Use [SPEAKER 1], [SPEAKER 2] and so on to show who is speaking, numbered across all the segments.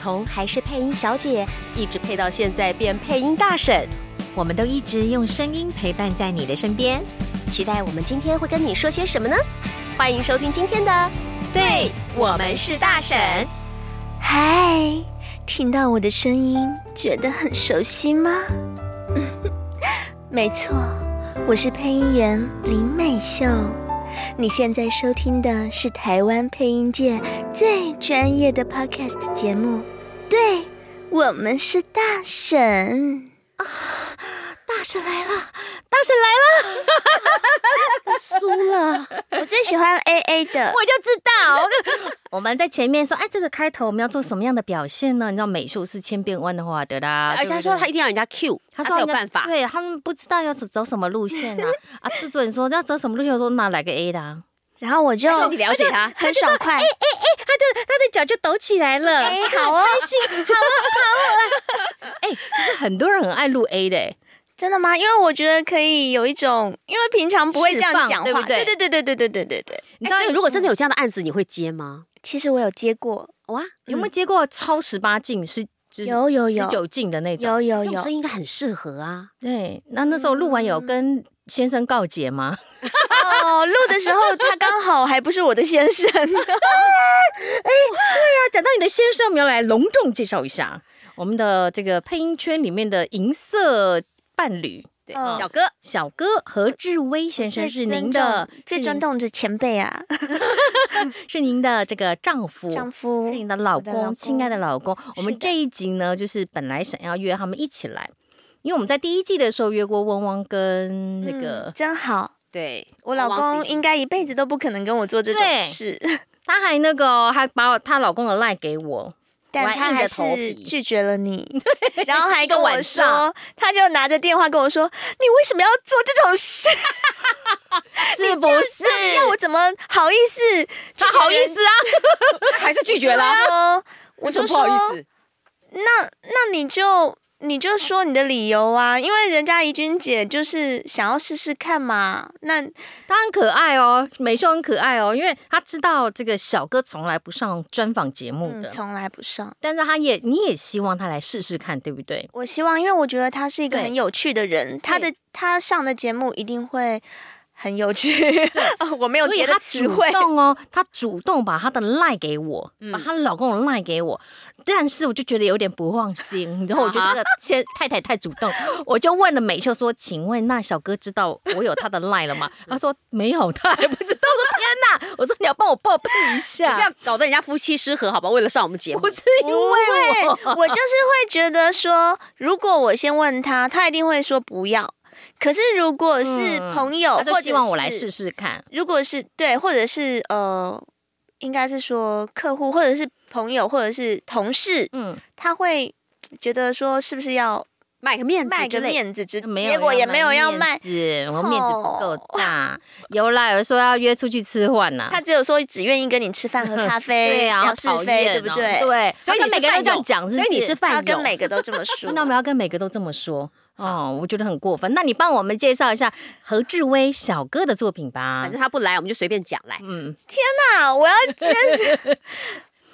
[SPEAKER 1] 从还是配音小姐，一直配到现在变配音大婶，
[SPEAKER 2] 我们都一直用声音陪伴在你的身边。
[SPEAKER 1] 期待我们今天会跟你说些什么呢？欢迎收听今天的，
[SPEAKER 2] 对我们是大婶。
[SPEAKER 3] 嗨，听到我的声音，觉得很熟悉吗？ 没错，我是配音员林美秀。你现在收听的是台湾配音界最专业的 podcast 节目，对我们是大婶。
[SPEAKER 4] 大婶来了，大婶来了，
[SPEAKER 3] 输了，我最喜欢 A A 的。
[SPEAKER 4] 我就知道。我就 我们在前面说，哎，这个开头我们要做什么样的表现呢？你知道美术是千变万化的啦，
[SPEAKER 5] 而且他
[SPEAKER 4] 对不
[SPEAKER 5] 说
[SPEAKER 4] 对
[SPEAKER 5] 他一定要人家 Q，
[SPEAKER 4] 他
[SPEAKER 5] 他
[SPEAKER 4] 说
[SPEAKER 5] 才有
[SPEAKER 4] 人家
[SPEAKER 5] 办法。
[SPEAKER 4] 对他们不知道要走走什么路线啊 啊！制作人说要走什么路线，我说那来个 A 的、啊，
[SPEAKER 3] 然后我就
[SPEAKER 5] 但是你了解他，
[SPEAKER 3] 很爽快，
[SPEAKER 4] 他的他的脚就抖起来了，
[SPEAKER 3] 哎，好哦，
[SPEAKER 4] 就是很多人很爱录 A 的、欸，
[SPEAKER 3] 真的吗？因为我觉得可以有一种，因为平常不会这样
[SPEAKER 4] 释放
[SPEAKER 3] 讲
[SPEAKER 4] 对
[SPEAKER 3] 话，
[SPEAKER 4] 不对
[SPEAKER 3] 对对对对对对对对。
[SPEAKER 5] 你知道哎如果真的有这样的案子，你会接吗？
[SPEAKER 3] 其实我有接过，
[SPEAKER 5] 哇，
[SPEAKER 4] 有没有接过超十八禁是？就是
[SPEAKER 3] 有有有
[SPEAKER 4] 十九禁的那种。
[SPEAKER 3] 有有
[SPEAKER 5] 这种
[SPEAKER 3] 哦有
[SPEAKER 5] 声，音应该很适合啊。
[SPEAKER 4] 对，那那时候录完
[SPEAKER 5] 嗯
[SPEAKER 4] 有跟先生告解吗？
[SPEAKER 3] 哦，录的时候他刚好还不是我的先生，
[SPEAKER 4] 那讲到你的先生，我们要来隆重介绍一下我们的这个配音圈里面的银色伴侣
[SPEAKER 5] 对，
[SPEAKER 3] 哦
[SPEAKER 5] 小哥，
[SPEAKER 4] 小哥何志威先生是您的，
[SPEAKER 3] 最尊
[SPEAKER 4] 是
[SPEAKER 3] 重着前辈啊，
[SPEAKER 4] 是您的这个丈夫。
[SPEAKER 3] 丈
[SPEAKER 4] 是
[SPEAKER 3] 夫。
[SPEAKER 4] 您的老
[SPEAKER 3] 我的老
[SPEAKER 4] 公，
[SPEAKER 3] 公
[SPEAKER 4] 亲爱的老公，我们
[SPEAKER 3] 是的
[SPEAKER 4] 这一集呢，就是本来想要约他们一起来，因为我们在第一季的时候约过汪汪跟那个，
[SPEAKER 3] 嗯真好，
[SPEAKER 5] 对
[SPEAKER 3] 我老公应该一辈子都不可能跟我做这种
[SPEAKER 4] 对
[SPEAKER 3] 事，
[SPEAKER 4] 她还那个哦还把我她老公的赖给 我，
[SPEAKER 3] 但
[SPEAKER 4] 我还
[SPEAKER 3] 他
[SPEAKER 4] 硬着
[SPEAKER 3] 还
[SPEAKER 4] 头皮
[SPEAKER 3] 是拒绝了你，然后还跟
[SPEAKER 4] 一个
[SPEAKER 3] 我
[SPEAKER 4] 晚上
[SPEAKER 3] 说，他就拿着电话跟我说：“你为什么要做这种事？
[SPEAKER 4] 是不是？
[SPEAKER 3] 要我怎么好意思？”
[SPEAKER 4] 她好意思啊，
[SPEAKER 5] 还是拒绝了啊，
[SPEAKER 3] 哦， 我
[SPEAKER 5] 为什
[SPEAKER 3] 就
[SPEAKER 5] 么不
[SPEAKER 3] 说
[SPEAKER 5] 好意思？
[SPEAKER 3] 那那你就你就说你的理由啊，因为人家怡君姐就是想要试试看嘛。那
[SPEAKER 4] 她很可爱哦，美秀很可爱哦，因为她知道这个小哥从来不上专访节目
[SPEAKER 3] 嗯，
[SPEAKER 4] 的，
[SPEAKER 3] 从来不上。
[SPEAKER 4] 但是她也你也希望她来试试看，对不 对？
[SPEAKER 3] 我希望，因为我觉得他是一个
[SPEAKER 4] 对
[SPEAKER 3] 很有趣的人，他的他上的节目一定会很有趣。哦 我没有
[SPEAKER 4] 所以
[SPEAKER 3] 别
[SPEAKER 4] 她
[SPEAKER 3] 的词
[SPEAKER 4] 主
[SPEAKER 3] 汇。
[SPEAKER 4] 动哦，她主动把她的赖给我，
[SPEAKER 5] 嗯
[SPEAKER 4] 把她老公的赖给我，但是我就觉得有点不放心， 然后我觉得这个先太太太主动，我就问了美秀说：“请问那小哥知道我有他的赖了 吗？”她说：“没有，他还不知道。”我说：“ 天哪！”我说：“你要帮我报备一
[SPEAKER 5] 你不要
[SPEAKER 4] 下。”
[SPEAKER 5] 搞得人家夫妻失和，好吧？为了上我们节目
[SPEAKER 4] 不，啊是因
[SPEAKER 3] 不
[SPEAKER 4] 为我，
[SPEAKER 3] 会，我就是会觉得说，如果我先问他，他一定会说不要。可是如果是
[SPEAKER 4] 嗯
[SPEAKER 3] 朋友，
[SPEAKER 4] 他就
[SPEAKER 3] 哦或者
[SPEAKER 4] 希望我来
[SPEAKER 3] 是
[SPEAKER 4] 试试看。
[SPEAKER 3] 如果是对，或者是呃，应该是说客户，或者是朋友，或者是同事，
[SPEAKER 4] 嗯，
[SPEAKER 3] 他会觉得说是不是要
[SPEAKER 5] 卖个面子
[SPEAKER 3] 卖
[SPEAKER 5] 之
[SPEAKER 3] 个
[SPEAKER 5] 类
[SPEAKER 3] 面子之，
[SPEAKER 4] 没有，
[SPEAKER 3] 结果也没有要卖
[SPEAKER 4] 面，子，我面子不
[SPEAKER 5] 哦
[SPEAKER 4] 够大。有啦，有说要约出去吃 饭呐、
[SPEAKER 3] 他只有说只愿意跟你吃饭喝咖啡，
[SPEAKER 4] 对啊，
[SPEAKER 3] 聊
[SPEAKER 4] 好
[SPEAKER 3] 是
[SPEAKER 4] 讨
[SPEAKER 3] 非，
[SPEAKER 4] 厌
[SPEAKER 3] 对
[SPEAKER 4] 哦
[SPEAKER 3] 不对？
[SPEAKER 4] 对，
[SPEAKER 5] 所以
[SPEAKER 4] 他
[SPEAKER 5] 你
[SPEAKER 4] 跟
[SPEAKER 5] 是
[SPEAKER 4] 每个
[SPEAKER 5] 饭
[SPEAKER 4] 人都这样
[SPEAKER 5] 友
[SPEAKER 4] 讲，是不
[SPEAKER 5] 所以你是饭
[SPEAKER 3] 他
[SPEAKER 5] 友
[SPEAKER 3] 跟每个都这么说
[SPEAKER 4] 听，到没有？跟每个都这么说。哦，我觉得很过分。那你帮我们介绍一下何志威小哥的作品吧
[SPEAKER 5] 反。正他不来，我们就随便讲来。
[SPEAKER 4] 嗯，
[SPEAKER 3] 那我要真是，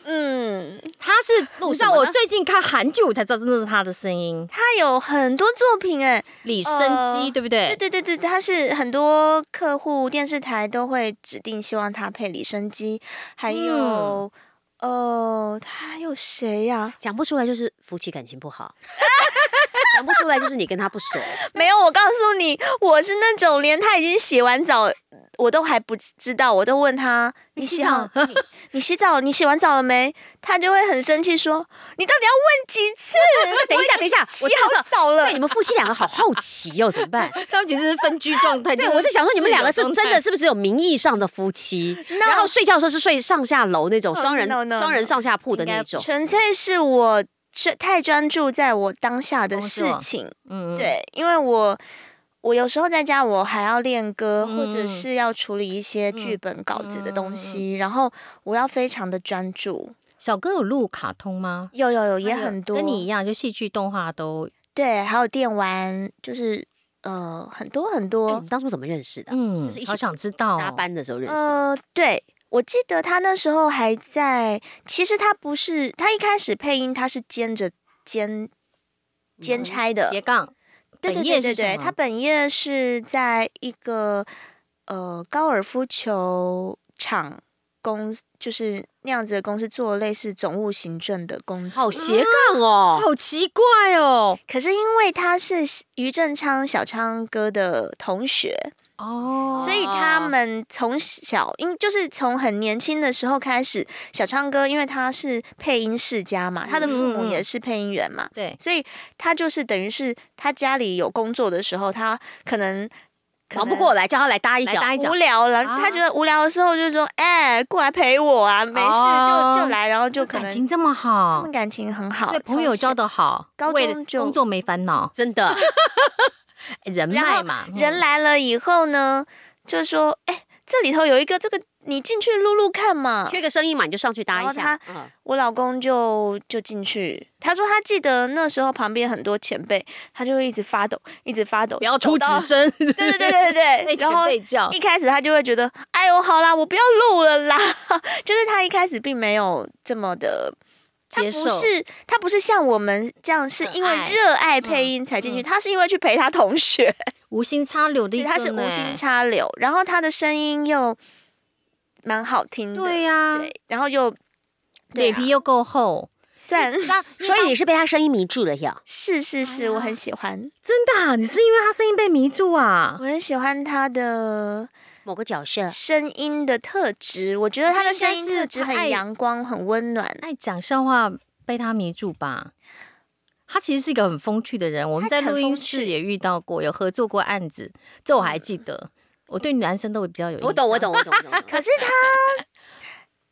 [SPEAKER 3] 嗯，
[SPEAKER 4] 他是
[SPEAKER 5] 录什
[SPEAKER 4] 让
[SPEAKER 5] 么
[SPEAKER 4] 我
[SPEAKER 5] 呢
[SPEAKER 4] 最近看韩剧，我才知道真的是他的声音，
[SPEAKER 3] 他有很多作品哎，
[SPEAKER 4] 李生基，
[SPEAKER 3] 呃
[SPEAKER 4] 对不
[SPEAKER 3] 对
[SPEAKER 4] 对？
[SPEAKER 3] 对对对，他是很多客户电视台都会指定希望他配李生基，还
[SPEAKER 4] 嗯
[SPEAKER 3] 有、呃，他还有谁啊呀、
[SPEAKER 5] 讲不出来就是夫妻感情不好， 讲不出来就是你跟他不熟。
[SPEAKER 3] 没有，我告诉你，我是那种连他已经洗完澡，我都还不知道，我都问他你洗好你 你洗澡你洗完澡了没？他就会很生气说你到底要问几次？
[SPEAKER 5] 等一下，等一下，
[SPEAKER 3] 洗
[SPEAKER 5] 我真的是
[SPEAKER 3] 好澡了
[SPEAKER 5] 对，你们夫妻两个好好奇哦，怎么办？
[SPEAKER 4] 他们其实是分居状态。
[SPEAKER 5] 对，
[SPEAKER 4] 就是
[SPEAKER 5] 我是想说你们两个
[SPEAKER 4] 室
[SPEAKER 5] 是
[SPEAKER 4] 友状
[SPEAKER 5] 真
[SPEAKER 4] 态
[SPEAKER 5] 的是不是有名义上的夫妻？然后睡觉的时候是睡上下楼那种
[SPEAKER 4] 哦
[SPEAKER 3] No,
[SPEAKER 5] 双人
[SPEAKER 3] no, no, no.
[SPEAKER 5] 哎双人上下铺的那种。
[SPEAKER 3] 纯粹是我专太专注在我当下的
[SPEAKER 4] 哦是
[SPEAKER 3] 事
[SPEAKER 4] 哦
[SPEAKER 3] 情，
[SPEAKER 4] 嗯，
[SPEAKER 3] 对，因为我我有时候在家，我还要练歌，或
[SPEAKER 4] 嗯
[SPEAKER 3] 者是要处理一些剧
[SPEAKER 4] 嗯
[SPEAKER 3] 本稿子
[SPEAKER 4] 嗯
[SPEAKER 3] 的
[SPEAKER 4] 嗯嗯
[SPEAKER 3] 东西，然后我要非常的专注。
[SPEAKER 4] 小哥有录卡通吗？
[SPEAKER 3] 有有有，也
[SPEAKER 4] 他有
[SPEAKER 3] 很多，
[SPEAKER 4] 跟你一样，就戏剧动画都，
[SPEAKER 3] 对，还有电玩，就是呃很多很
[SPEAKER 5] 哎
[SPEAKER 3] 多
[SPEAKER 5] 你，们当初怎么认识的？
[SPEAKER 4] 嗯
[SPEAKER 5] 就是一，起
[SPEAKER 4] 好想知道哦。
[SPEAKER 5] 搭班的时候认识的，
[SPEAKER 3] 呃，对。我记得他那时候还在，其实他不是，他一开始配音他是兼着兼兼差的，
[SPEAKER 4] 斜杠，
[SPEAKER 3] 对对
[SPEAKER 4] 嗯本
[SPEAKER 3] 对
[SPEAKER 4] 业
[SPEAKER 3] 对
[SPEAKER 4] 是
[SPEAKER 3] 对，
[SPEAKER 4] 什
[SPEAKER 3] 他
[SPEAKER 4] 么？
[SPEAKER 3] 本业是在一个呃高尔夫球场公，就是那样子的公司做类似总务行政的工作。
[SPEAKER 5] 好斜杠哦。
[SPEAKER 4] 嗯好奇怪哦。
[SPEAKER 3] 可是因为他是于正昌、小昌哥的同学，
[SPEAKER 4] 哦
[SPEAKER 3] 所以他们从小，因就是从很年轻的时候开始，小昌哥因为他是配音世家嘛，他的父母
[SPEAKER 4] 嗯嗯嗯
[SPEAKER 3] 也是配音员嘛，
[SPEAKER 4] 对，
[SPEAKER 3] 所以他就是等于是他家里有工作的时候，他可能
[SPEAKER 5] 忙不过来，叫他来搭一
[SPEAKER 4] 来
[SPEAKER 5] 脚。
[SPEAKER 4] 搭一脚
[SPEAKER 3] 无，聊了，
[SPEAKER 4] 啊
[SPEAKER 3] 他觉得无聊的时候就说：“哎、过来陪我啊，没事
[SPEAKER 4] 哦
[SPEAKER 3] 就就来。”然后 就可能
[SPEAKER 4] 感情这么
[SPEAKER 3] 他
[SPEAKER 4] 好
[SPEAKER 3] 们，感情很好，
[SPEAKER 4] 对朋友交
[SPEAKER 3] 的
[SPEAKER 4] 的好，
[SPEAKER 3] 高
[SPEAKER 4] 为
[SPEAKER 3] 中
[SPEAKER 4] 了
[SPEAKER 3] 就
[SPEAKER 4] 工作没烦恼，哎
[SPEAKER 5] 真 的，
[SPEAKER 4] 人
[SPEAKER 3] 然
[SPEAKER 4] 脉
[SPEAKER 3] 后
[SPEAKER 4] 嘛，嗯
[SPEAKER 3] 人来了以后呢，就说：“哎、这里头有一个这个，你进去录录看嘛。
[SPEAKER 5] 缺个声音嘛，你就上去搭一
[SPEAKER 3] 然
[SPEAKER 5] 下
[SPEAKER 3] 后。
[SPEAKER 5] 嗯”
[SPEAKER 3] 我老公就就进去，他说他记得那时候旁边很多前辈，他就会一直发抖，一直发抖，
[SPEAKER 4] 不要出
[SPEAKER 3] 抖到
[SPEAKER 4] 直声，
[SPEAKER 3] 对对对
[SPEAKER 4] 被
[SPEAKER 3] 对对对，然
[SPEAKER 4] 前
[SPEAKER 3] 后
[SPEAKER 4] 辈叫
[SPEAKER 3] 一开始他就会觉得，哎呦，好啦，我不要录了啦。 就是他一开始并没有这么的，他
[SPEAKER 4] 接
[SPEAKER 3] 不
[SPEAKER 4] 受，
[SPEAKER 3] 是他不是像我们这样，是因为
[SPEAKER 4] 很爱
[SPEAKER 3] 热爱配音才进去，
[SPEAKER 4] 嗯
[SPEAKER 3] 他是因为去陪他同学，
[SPEAKER 4] 无心插柳的一
[SPEAKER 3] 对，
[SPEAKER 4] 个
[SPEAKER 3] 他是
[SPEAKER 4] 呢
[SPEAKER 3] 无心插柳，然后他的声音又蛮好听的，
[SPEAKER 4] 对呀，
[SPEAKER 3] 对然后又对
[SPEAKER 4] 脸
[SPEAKER 3] 啊
[SPEAKER 4] 皮又够厚，
[SPEAKER 3] 算
[SPEAKER 5] 所以你是被他声音迷住了呀？
[SPEAKER 3] 是
[SPEAKER 4] 啊
[SPEAKER 3] 是是，我很喜欢，
[SPEAKER 4] 真的啊，你是因为他声音被迷住啊
[SPEAKER 3] 我？很喜欢他的呃
[SPEAKER 5] 某个角色，
[SPEAKER 3] 声音的特质，我觉得他的声音
[SPEAKER 4] 应该是
[SPEAKER 3] 特质
[SPEAKER 4] 他爱
[SPEAKER 3] 很阳光，很 温暖。
[SPEAKER 4] 爱讲笑话被他迷住吧。他其实是一个很风趣的人，我们在录音室也遇到过，有合作过案子，这我还记得。我对男生都比较有印象，
[SPEAKER 5] 我懂，我懂，我懂，我懂。我懂
[SPEAKER 3] 可是他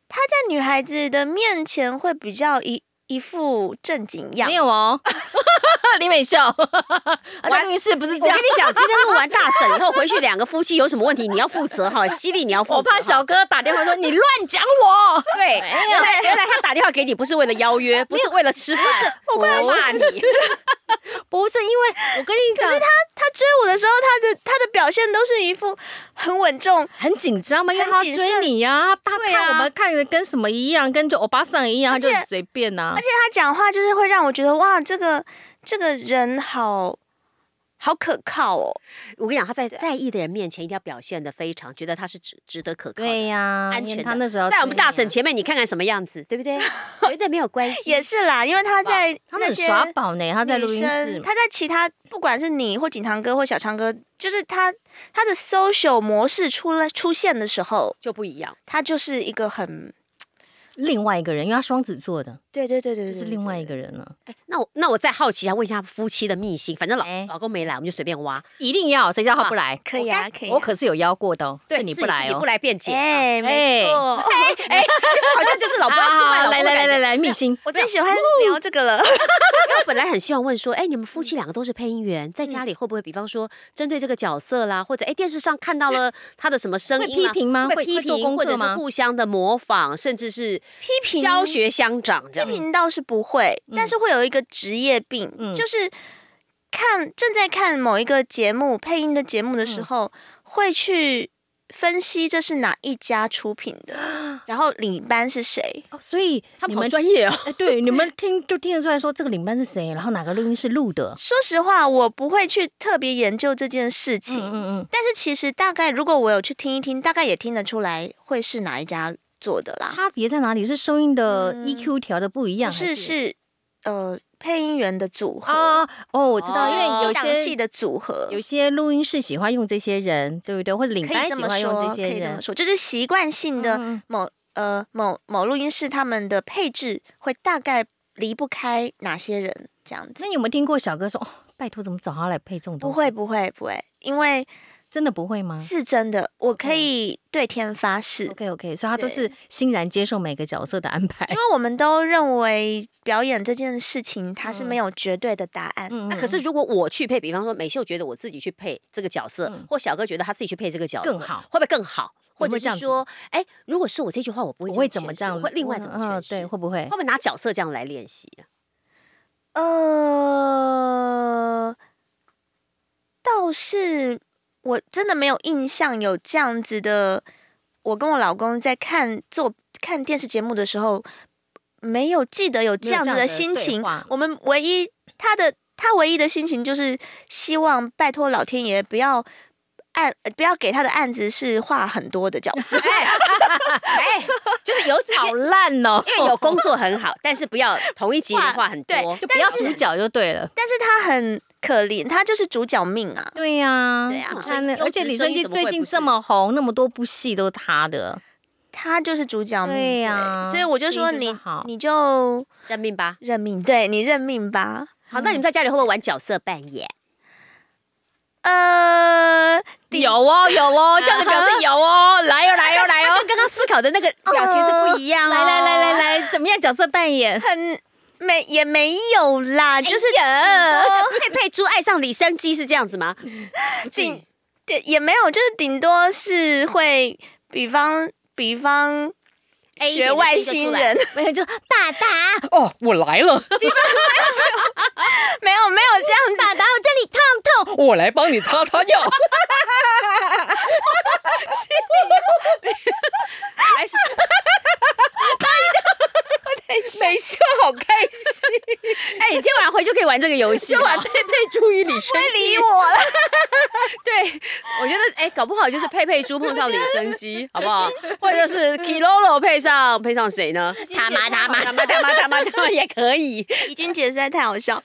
[SPEAKER 3] 他在女孩子的面前会比较一一副正经样
[SPEAKER 4] 没。有哦， 李美 秀，我在录音室不是
[SPEAKER 5] 我
[SPEAKER 4] 这
[SPEAKER 5] 跟
[SPEAKER 4] 样。
[SPEAKER 5] 你 讲，今天录完大婶以后，回去两个夫妻有什么问题，你要负责哈，犀利你要负责哈。
[SPEAKER 4] 我怕小哥打电话说你乱讲我，
[SPEAKER 5] 对，
[SPEAKER 4] 没
[SPEAKER 5] 原来原来他打电话给你不是为了邀约，不是为了吃饭，我
[SPEAKER 4] 快要
[SPEAKER 5] 骂你。
[SPEAKER 4] 不是因为我跟你讲，
[SPEAKER 3] 他追我的时候，他的他的表现都是一副很稳重，
[SPEAKER 4] 很紧张嘛，因为
[SPEAKER 3] 很
[SPEAKER 4] 他
[SPEAKER 3] 谨
[SPEAKER 4] 追
[SPEAKER 3] 慎
[SPEAKER 4] 你呀、他
[SPEAKER 5] 对啊
[SPEAKER 4] 看我们看的跟什么一样，跟就欧巴桑一样，他
[SPEAKER 3] 而
[SPEAKER 4] 就
[SPEAKER 3] 且
[SPEAKER 4] 很随便呐、啊
[SPEAKER 3] 而。且他讲话就是会让我觉得哇，这个这个人好好可靠哦。
[SPEAKER 5] 我跟你讲，他在在意的人面前一定要表现的非常，觉得他是值值得可靠的。
[SPEAKER 4] 对呀、
[SPEAKER 5] 安
[SPEAKER 4] 因为
[SPEAKER 5] 全的
[SPEAKER 4] 他那时候
[SPEAKER 5] 在我们大
[SPEAKER 4] 省
[SPEAKER 5] 婶
[SPEAKER 4] 钱，
[SPEAKER 5] 前面，你看看什么样子，对不对？绝对没有关 系。
[SPEAKER 3] 也是啦，因为他在
[SPEAKER 4] 他
[SPEAKER 3] 那
[SPEAKER 4] 很
[SPEAKER 3] 些
[SPEAKER 4] 耍宝呢，他在录音
[SPEAKER 3] 女生
[SPEAKER 4] 室，
[SPEAKER 3] 他在其他不管是你或景堂哥或小昌哥，就是他他的 social 模式出来出现的时候，
[SPEAKER 5] 就不一样，
[SPEAKER 3] 他就是一个很
[SPEAKER 4] 另外一个人，因为他双子座的，
[SPEAKER 3] 对对对对
[SPEAKER 4] 就
[SPEAKER 3] 对，
[SPEAKER 4] 是
[SPEAKER 3] 对
[SPEAKER 4] 另外一个人了、
[SPEAKER 5] 那我那我再好奇一下，问一下夫妻的秘辛。反正老、
[SPEAKER 4] 哎
[SPEAKER 5] 老公没来，我们就随便挖。
[SPEAKER 4] 一定要，谁叫他不来？
[SPEAKER 3] 可以啊，可以啊。
[SPEAKER 4] 我可是有邀过的哦，是你
[SPEAKER 5] 是
[SPEAKER 4] 不来
[SPEAKER 5] 自己
[SPEAKER 4] 哦
[SPEAKER 5] 不，来辩解。啊
[SPEAKER 3] 哎，没错，
[SPEAKER 5] 好像
[SPEAKER 3] 哦
[SPEAKER 5] 就是老婆要出卖
[SPEAKER 4] 啊
[SPEAKER 5] 老公的感
[SPEAKER 4] 来
[SPEAKER 5] 觉。
[SPEAKER 4] 来来来来，密星，
[SPEAKER 3] 我 最喜欢聊这个了。
[SPEAKER 5] 因 为我本来很希望问说，哎，你们
[SPEAKER 4] 嗯
[SPEAKER 5] 夫妻两个都是配音员，在家里会不会，比方说针对这个角色啦，或者哎电视上看到 了他的什么声
[SPEAKER 4] 会
[SPEAKER 5] 音
[SPEAKER 4] 批
[SPEAKER 5] 啊，
[SPEAKER 4] 评吗？
[SPEAKER 5] 会批
[SPEAKER 4] 会做
[SPEAKER 5] 评
[SPEAKER 4] 功
[SPEAKER 5] 或者
[SPEAKER 4] 课
[SPEAKER 5] 是
[SPEAKER 4] 吗？
[SPEAKER 5] 互相的模仿，甚至是
[SPEAKER 3] 批评
[SPEAKER 5] 教学相长这
[SPEAKER 3] 批
[SPEAKER 5] 样。
[SPEAKER 3] 评倒是不会，但是会有一个职业病，
[SPEAKER 4] 嗯
[SPEAKER 3] 就是看正在看某一个节目配音的节目的时候，会去分析这是哪一家出品的， 然后领班是谁。
[SPEAKER 4] 哦所以
[SPEAKER 5] 他
[SPEAKER 4] 你
[SPEAKER 5] 们好
[SPEAKER 4] 们
[SPEAKER 5] 专业哦，
[SPEAKER 4] 哎，对，你们听就听得出来说这个领班是谁，然后哪个录音室录的。
[SPEAKER 3] 说实话，我不会去特别研究这件事
[SPEAKER 4] 嗯
[SPEAKER 3] 情，
[SPEAKER 4] 嗯嗯，
[SPEAKER 3] 但是其实大概如果我有去听一听，大概也听得出来会是哪一家做的啦。
[SPEAKER 4] 差别在哪里？是收音的
[SPEAKER 3] 啊嗯
[SPEAKER 4] EQ 调的不一样，
[SPEAKER 3] 不是
[SPEAKER 4] 还
[SPEAKER 3] 是呃配音员的组合，
[SPEAKER 4] 啊？哦，我知道，
[SPEAKER 5] 哦
[SPEAKER 4] 因为有
[SPEAKER 3] 档戏
[SPEAKER 4] 些
[SPEAKER 3] 的组合，
[SPEAKER 4] 有些录音室喜欢用这些人，对不对？或者领
[SPEAKER 3] 可以
[SPEAKER 4] 班
[SPEAKER 3] 这
[SPEAKER 4] 喜
[SPEAKER 3] 么
[SPEAKER 4] 欢
[SPEAKER 3] 说，
[SPEAKER 4] 用这些
[SPEAKER 3] 可以这么
[SPEAKER 4] 人。
[SPEAKER 3] 说，就是习惯性的
[SPEAKER 4] 嗯嗯
[SPEAKER 3] 某、呃某某录音室他们的配置会大概离不开哪些人这样子。
[SPEAKER 4] 那你有没有听过小哥说，哦，拜托，怎么找他来配这种东西？嗯
[SPEAKER 3] 不会不会不会，因为
[SPEAKER 4] 真的不会吗
[SPEAKER 3] 是真的，我
[SPEAKER 4] 嗯
[SPEAKER 3] 可以对天发誓，
[SPEAKER 4] ？OK OK，所以他都
[SPEAKER 3] 对
[SPEAKER 4] 是欣然接受每个角色的安排
[SPEAKER 3] 因。为我们都认为表演这件事情它是没有绝对的答案。
[SPEAKER 4] 嗯
[SPEAKER 5] 那可是如果我去配，比方说美秀觉得我自己去配这个角色，
[SPEAKER 4] 嗯
[SPEAKER 5] 或小哥觉得他自己去配这个角色
[SPEAKER 4] 更好
[SPEAKER 5] 会不会更好？或
[SPEAKER 4] 你会
[SPEAKER 5] 者
[SPEAKER 4] 这样
[SPEAKER 5] 是
[SPEAKER 4] 子
[SPEAKER 5] 说，哎，如果是我这句话，我不会
[SPEAKER 4] 我
[SPEAKER 5] 这
[SPEAKER 4] 会
[SPEAKER 5] 样
[SPEAKER 4] 怎么
[SPEAKER 5] 诠释
[SPEAKER 4] 这样
[SPEAKER 5] 我
[SPEAKER 4] 子？
[SPEAKER 5] 会另外怎么
[SPEAKER 4] 嗯
[SPEAKER 5] 诠
[SPEAKER 4] 嗯
[SPEAKER 5] 释？
[SPEAKER 4] 对，
[SPEAKER 5] 会
[SPEAKER 4] 会不会
[SPEAKER 5] 不？会拿角色这样来练习啊？
[SPEAKER 3] 呃，倒是我真的没有印象有这样子的。我跟我老公在看做看电视节目的时候，没有记得有这样子的心
[SPEAKER 4] 没
[SPEAKER 3] 情
[SPEAKER 4] 有这样的对话。
[SPEAKER 3] 我们唯一他的他唯一的心情就是希望拜托老天爷不要案呃不要给他的案子是画很多的角 色。
[SPEAKER 5] 哎，就是有角，
[SPEAKER 4] 好烂哦！
[SPEAKER 5] 因为 有工作很好，但是不要同一集的话很
[SPEAKER 3] 对
[SPEAKER 5] 多。
[SPEAKER 4] 就不要主角就对了。
[SPEAKER 3] 但是他很可怜，他就是主角命啊。
[SPEAKER 4] 对呀，
[SPEAKER 3] 对啊
[SPEAKER 4] 你
[SPEAKER 5] 所以
[SPEAKER 4] 看那
[SPEAKER 5] 优
[SPEAKER 4] 而且
[SPEAKER 5] 质
[SPEAKER 4] 李
[SPEAKER 5] 生意
[SPEAKER 4] 顺基
[SPEAKER 5] 怎么
[SPEAKER 4] 最
[SPEAKER 5] 会
[SPEAKER 4] 近
[SPEAKER 5] 不
[SPEAKER 4] 这
[SPEAKER 5] 是
[SPEAKER 4] 么红，那么多部戏都是他的。
[SPEAKER 3] 他就是主角
[SPEAKER 5] 嗯
[SPEAKER 3] 命，
[SPEAKER 4] 对呀
[SPEAKER 3] 所以我就
[SPEAKER 4] 所以
[SPEAKER 3] 说
[SPEAKER 4] 就是
[SPEAKER 3] 你
[SPEAKER 4] 好
[SPEAKER 3] 你就
[SPEAKER 5] 认命吧。
[SPEAKER 3] 认命，对你认命吧。
[SPEAKER 5] 好，
[SPEAKER 4] 嗯
[SPEAKER 5] 那你们在家里会不会玩角色扮演？
[SPEAKER 3] 呃，
[SPEAKER 4] 有哦，有哦，这样的表示有哦，来哦，来哦，来 哦，
[SPEAKER 5] 刚刚思考的那个表情是不一样哦。
[SPEAKER 4] 来来来来来，怎么样？角色扮 演，
[SPEAKER 3] 很没也没有啦，就是
[SPEAKER 4] 哎
[SPEAKER 5] 来，佩佩猪爱上李生基是这样子 吗？不至于
[SPEAKER 3] 顶对也没有，就是顶多是会，比方比方
[SPEAKER 5] A 一点
[SPEAKER 3] 学
[SPEAKER 5] 的声
[SPEAKER 3] 外
[SPEAKER 5] 音就出
[SPEAKER 3] 星
[SPEAKER 5] 来
[SPEAKER 3] 人，
[SPEAKER 4] 没有就爸爸哦，我来了，
[SPEAKER 3] 没有没有这样子，
[SPEAKER 4] 爸爸，我这里痛痛，我来帮你擦擦药。
[SPEAKER 5] 还 是
[SPEAKER 4] 美秀好开心，
[SPEAKER 5] 哎，你今天晚上回去可以玩这个游 戏哦。
[SPEAKER 4] 今晚佩佩猪与李生
[SPEAKER 3] 别理我了，
[SPEAKER 5] 对，我觉得哎，搞不好就是佩佩猪碰上李生基，好不好？或者是 Kilolo 配上配上谁呢？啊
[SPEAKER 4] 他妈他 妈
[SPEAKER 5] 他妈他妈他妈他妈也可以。
[SPEAKER 3] 怡君姐实在太好笑。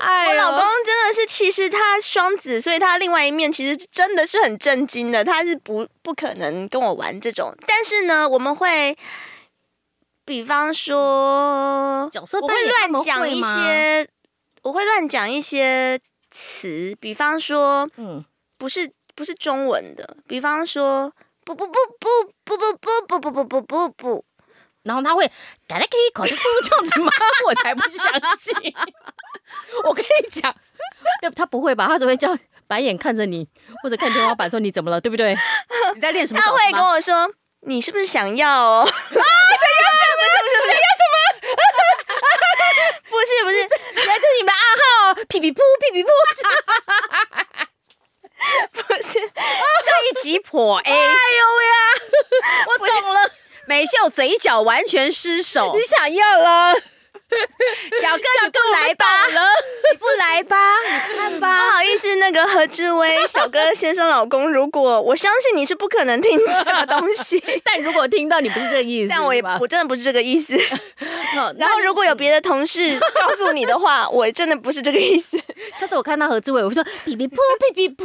[SPEAKER 4] 哎呦，
[SPEAKER 3] 我老公真的是，其实他双子，所以他另外一面其实真的是很震惊的，他是不不可能跟我玩这种。但是呢，我们会，比方说，
[SPEAKER 4] 角色
[SPEAKER 3] 我
[SPEAKER 4] 扮
[SPEAKER 3] 会
[SPEAKER 4] 演他们
[SPEAKER 3] 乱
[SPEAKER 4] 会
[SPEAKER 3] 讲一
[SPEAKER 4] 吗，
[SPEAKER 3] 些，我会乱讲一些词，比方说
[SPEAKER 4] 嗯，
[SPEAKER 3] 不是不是中文的，比方说不不不不不不不不不不不不，
[SPEAKER 4] 然后他会嘎啦给口就这样子吗？我才不相信。 我跟你讲，对他不会吧？他只会这样白眼看着你，或者看天花板说你怎么了，对不对？
[SPEAKER 5] 你在练什么
[SPEAKER 3] 他
[SPEAKER 5] 手
[SPEAKER 3] 会
[SPEAKER 5] 势
[SPEAKER 3] 跟
[SPEAKER 5] 吗？
[SPEAKER 3] 我说你是不是想要 哦？ 不是不是。
[SPEAKER 4] 原来这是你们的暗号哦，屁屁噗，屁屁噗。
[SPEAKER 3] 不是，
[SPEAKER 5] 这一集破 A，哎呦呀，我懂了。 美秀嘴角完全失手，
[SPEAKER 4] 你想要了，
[SPEAKER 5] 小哥你不来吧，
[SPEAKER 4] 了，
[SPEAKER 5] 你不来吧，你看吧。
[SPEAKER 3] 不好意思，那个何志威小哥先生老公，如果我相信你是不可能听这个东西，
[SPEAKER 4] 但如果听到你不是这个意思，
[SPEAKER 3] 但我也
[SPEAKER 4] 是吧
[SPEAKER 3] 我真的不是这个意思。
[SPEAKER 4] 好
[SPEAKER 3] 然后如果有别的同 事告诉你的话，我真的不是这个意思。
[SPEAKER 4] 下次我看到何志伟，我说屁屁噗，屁屁噗。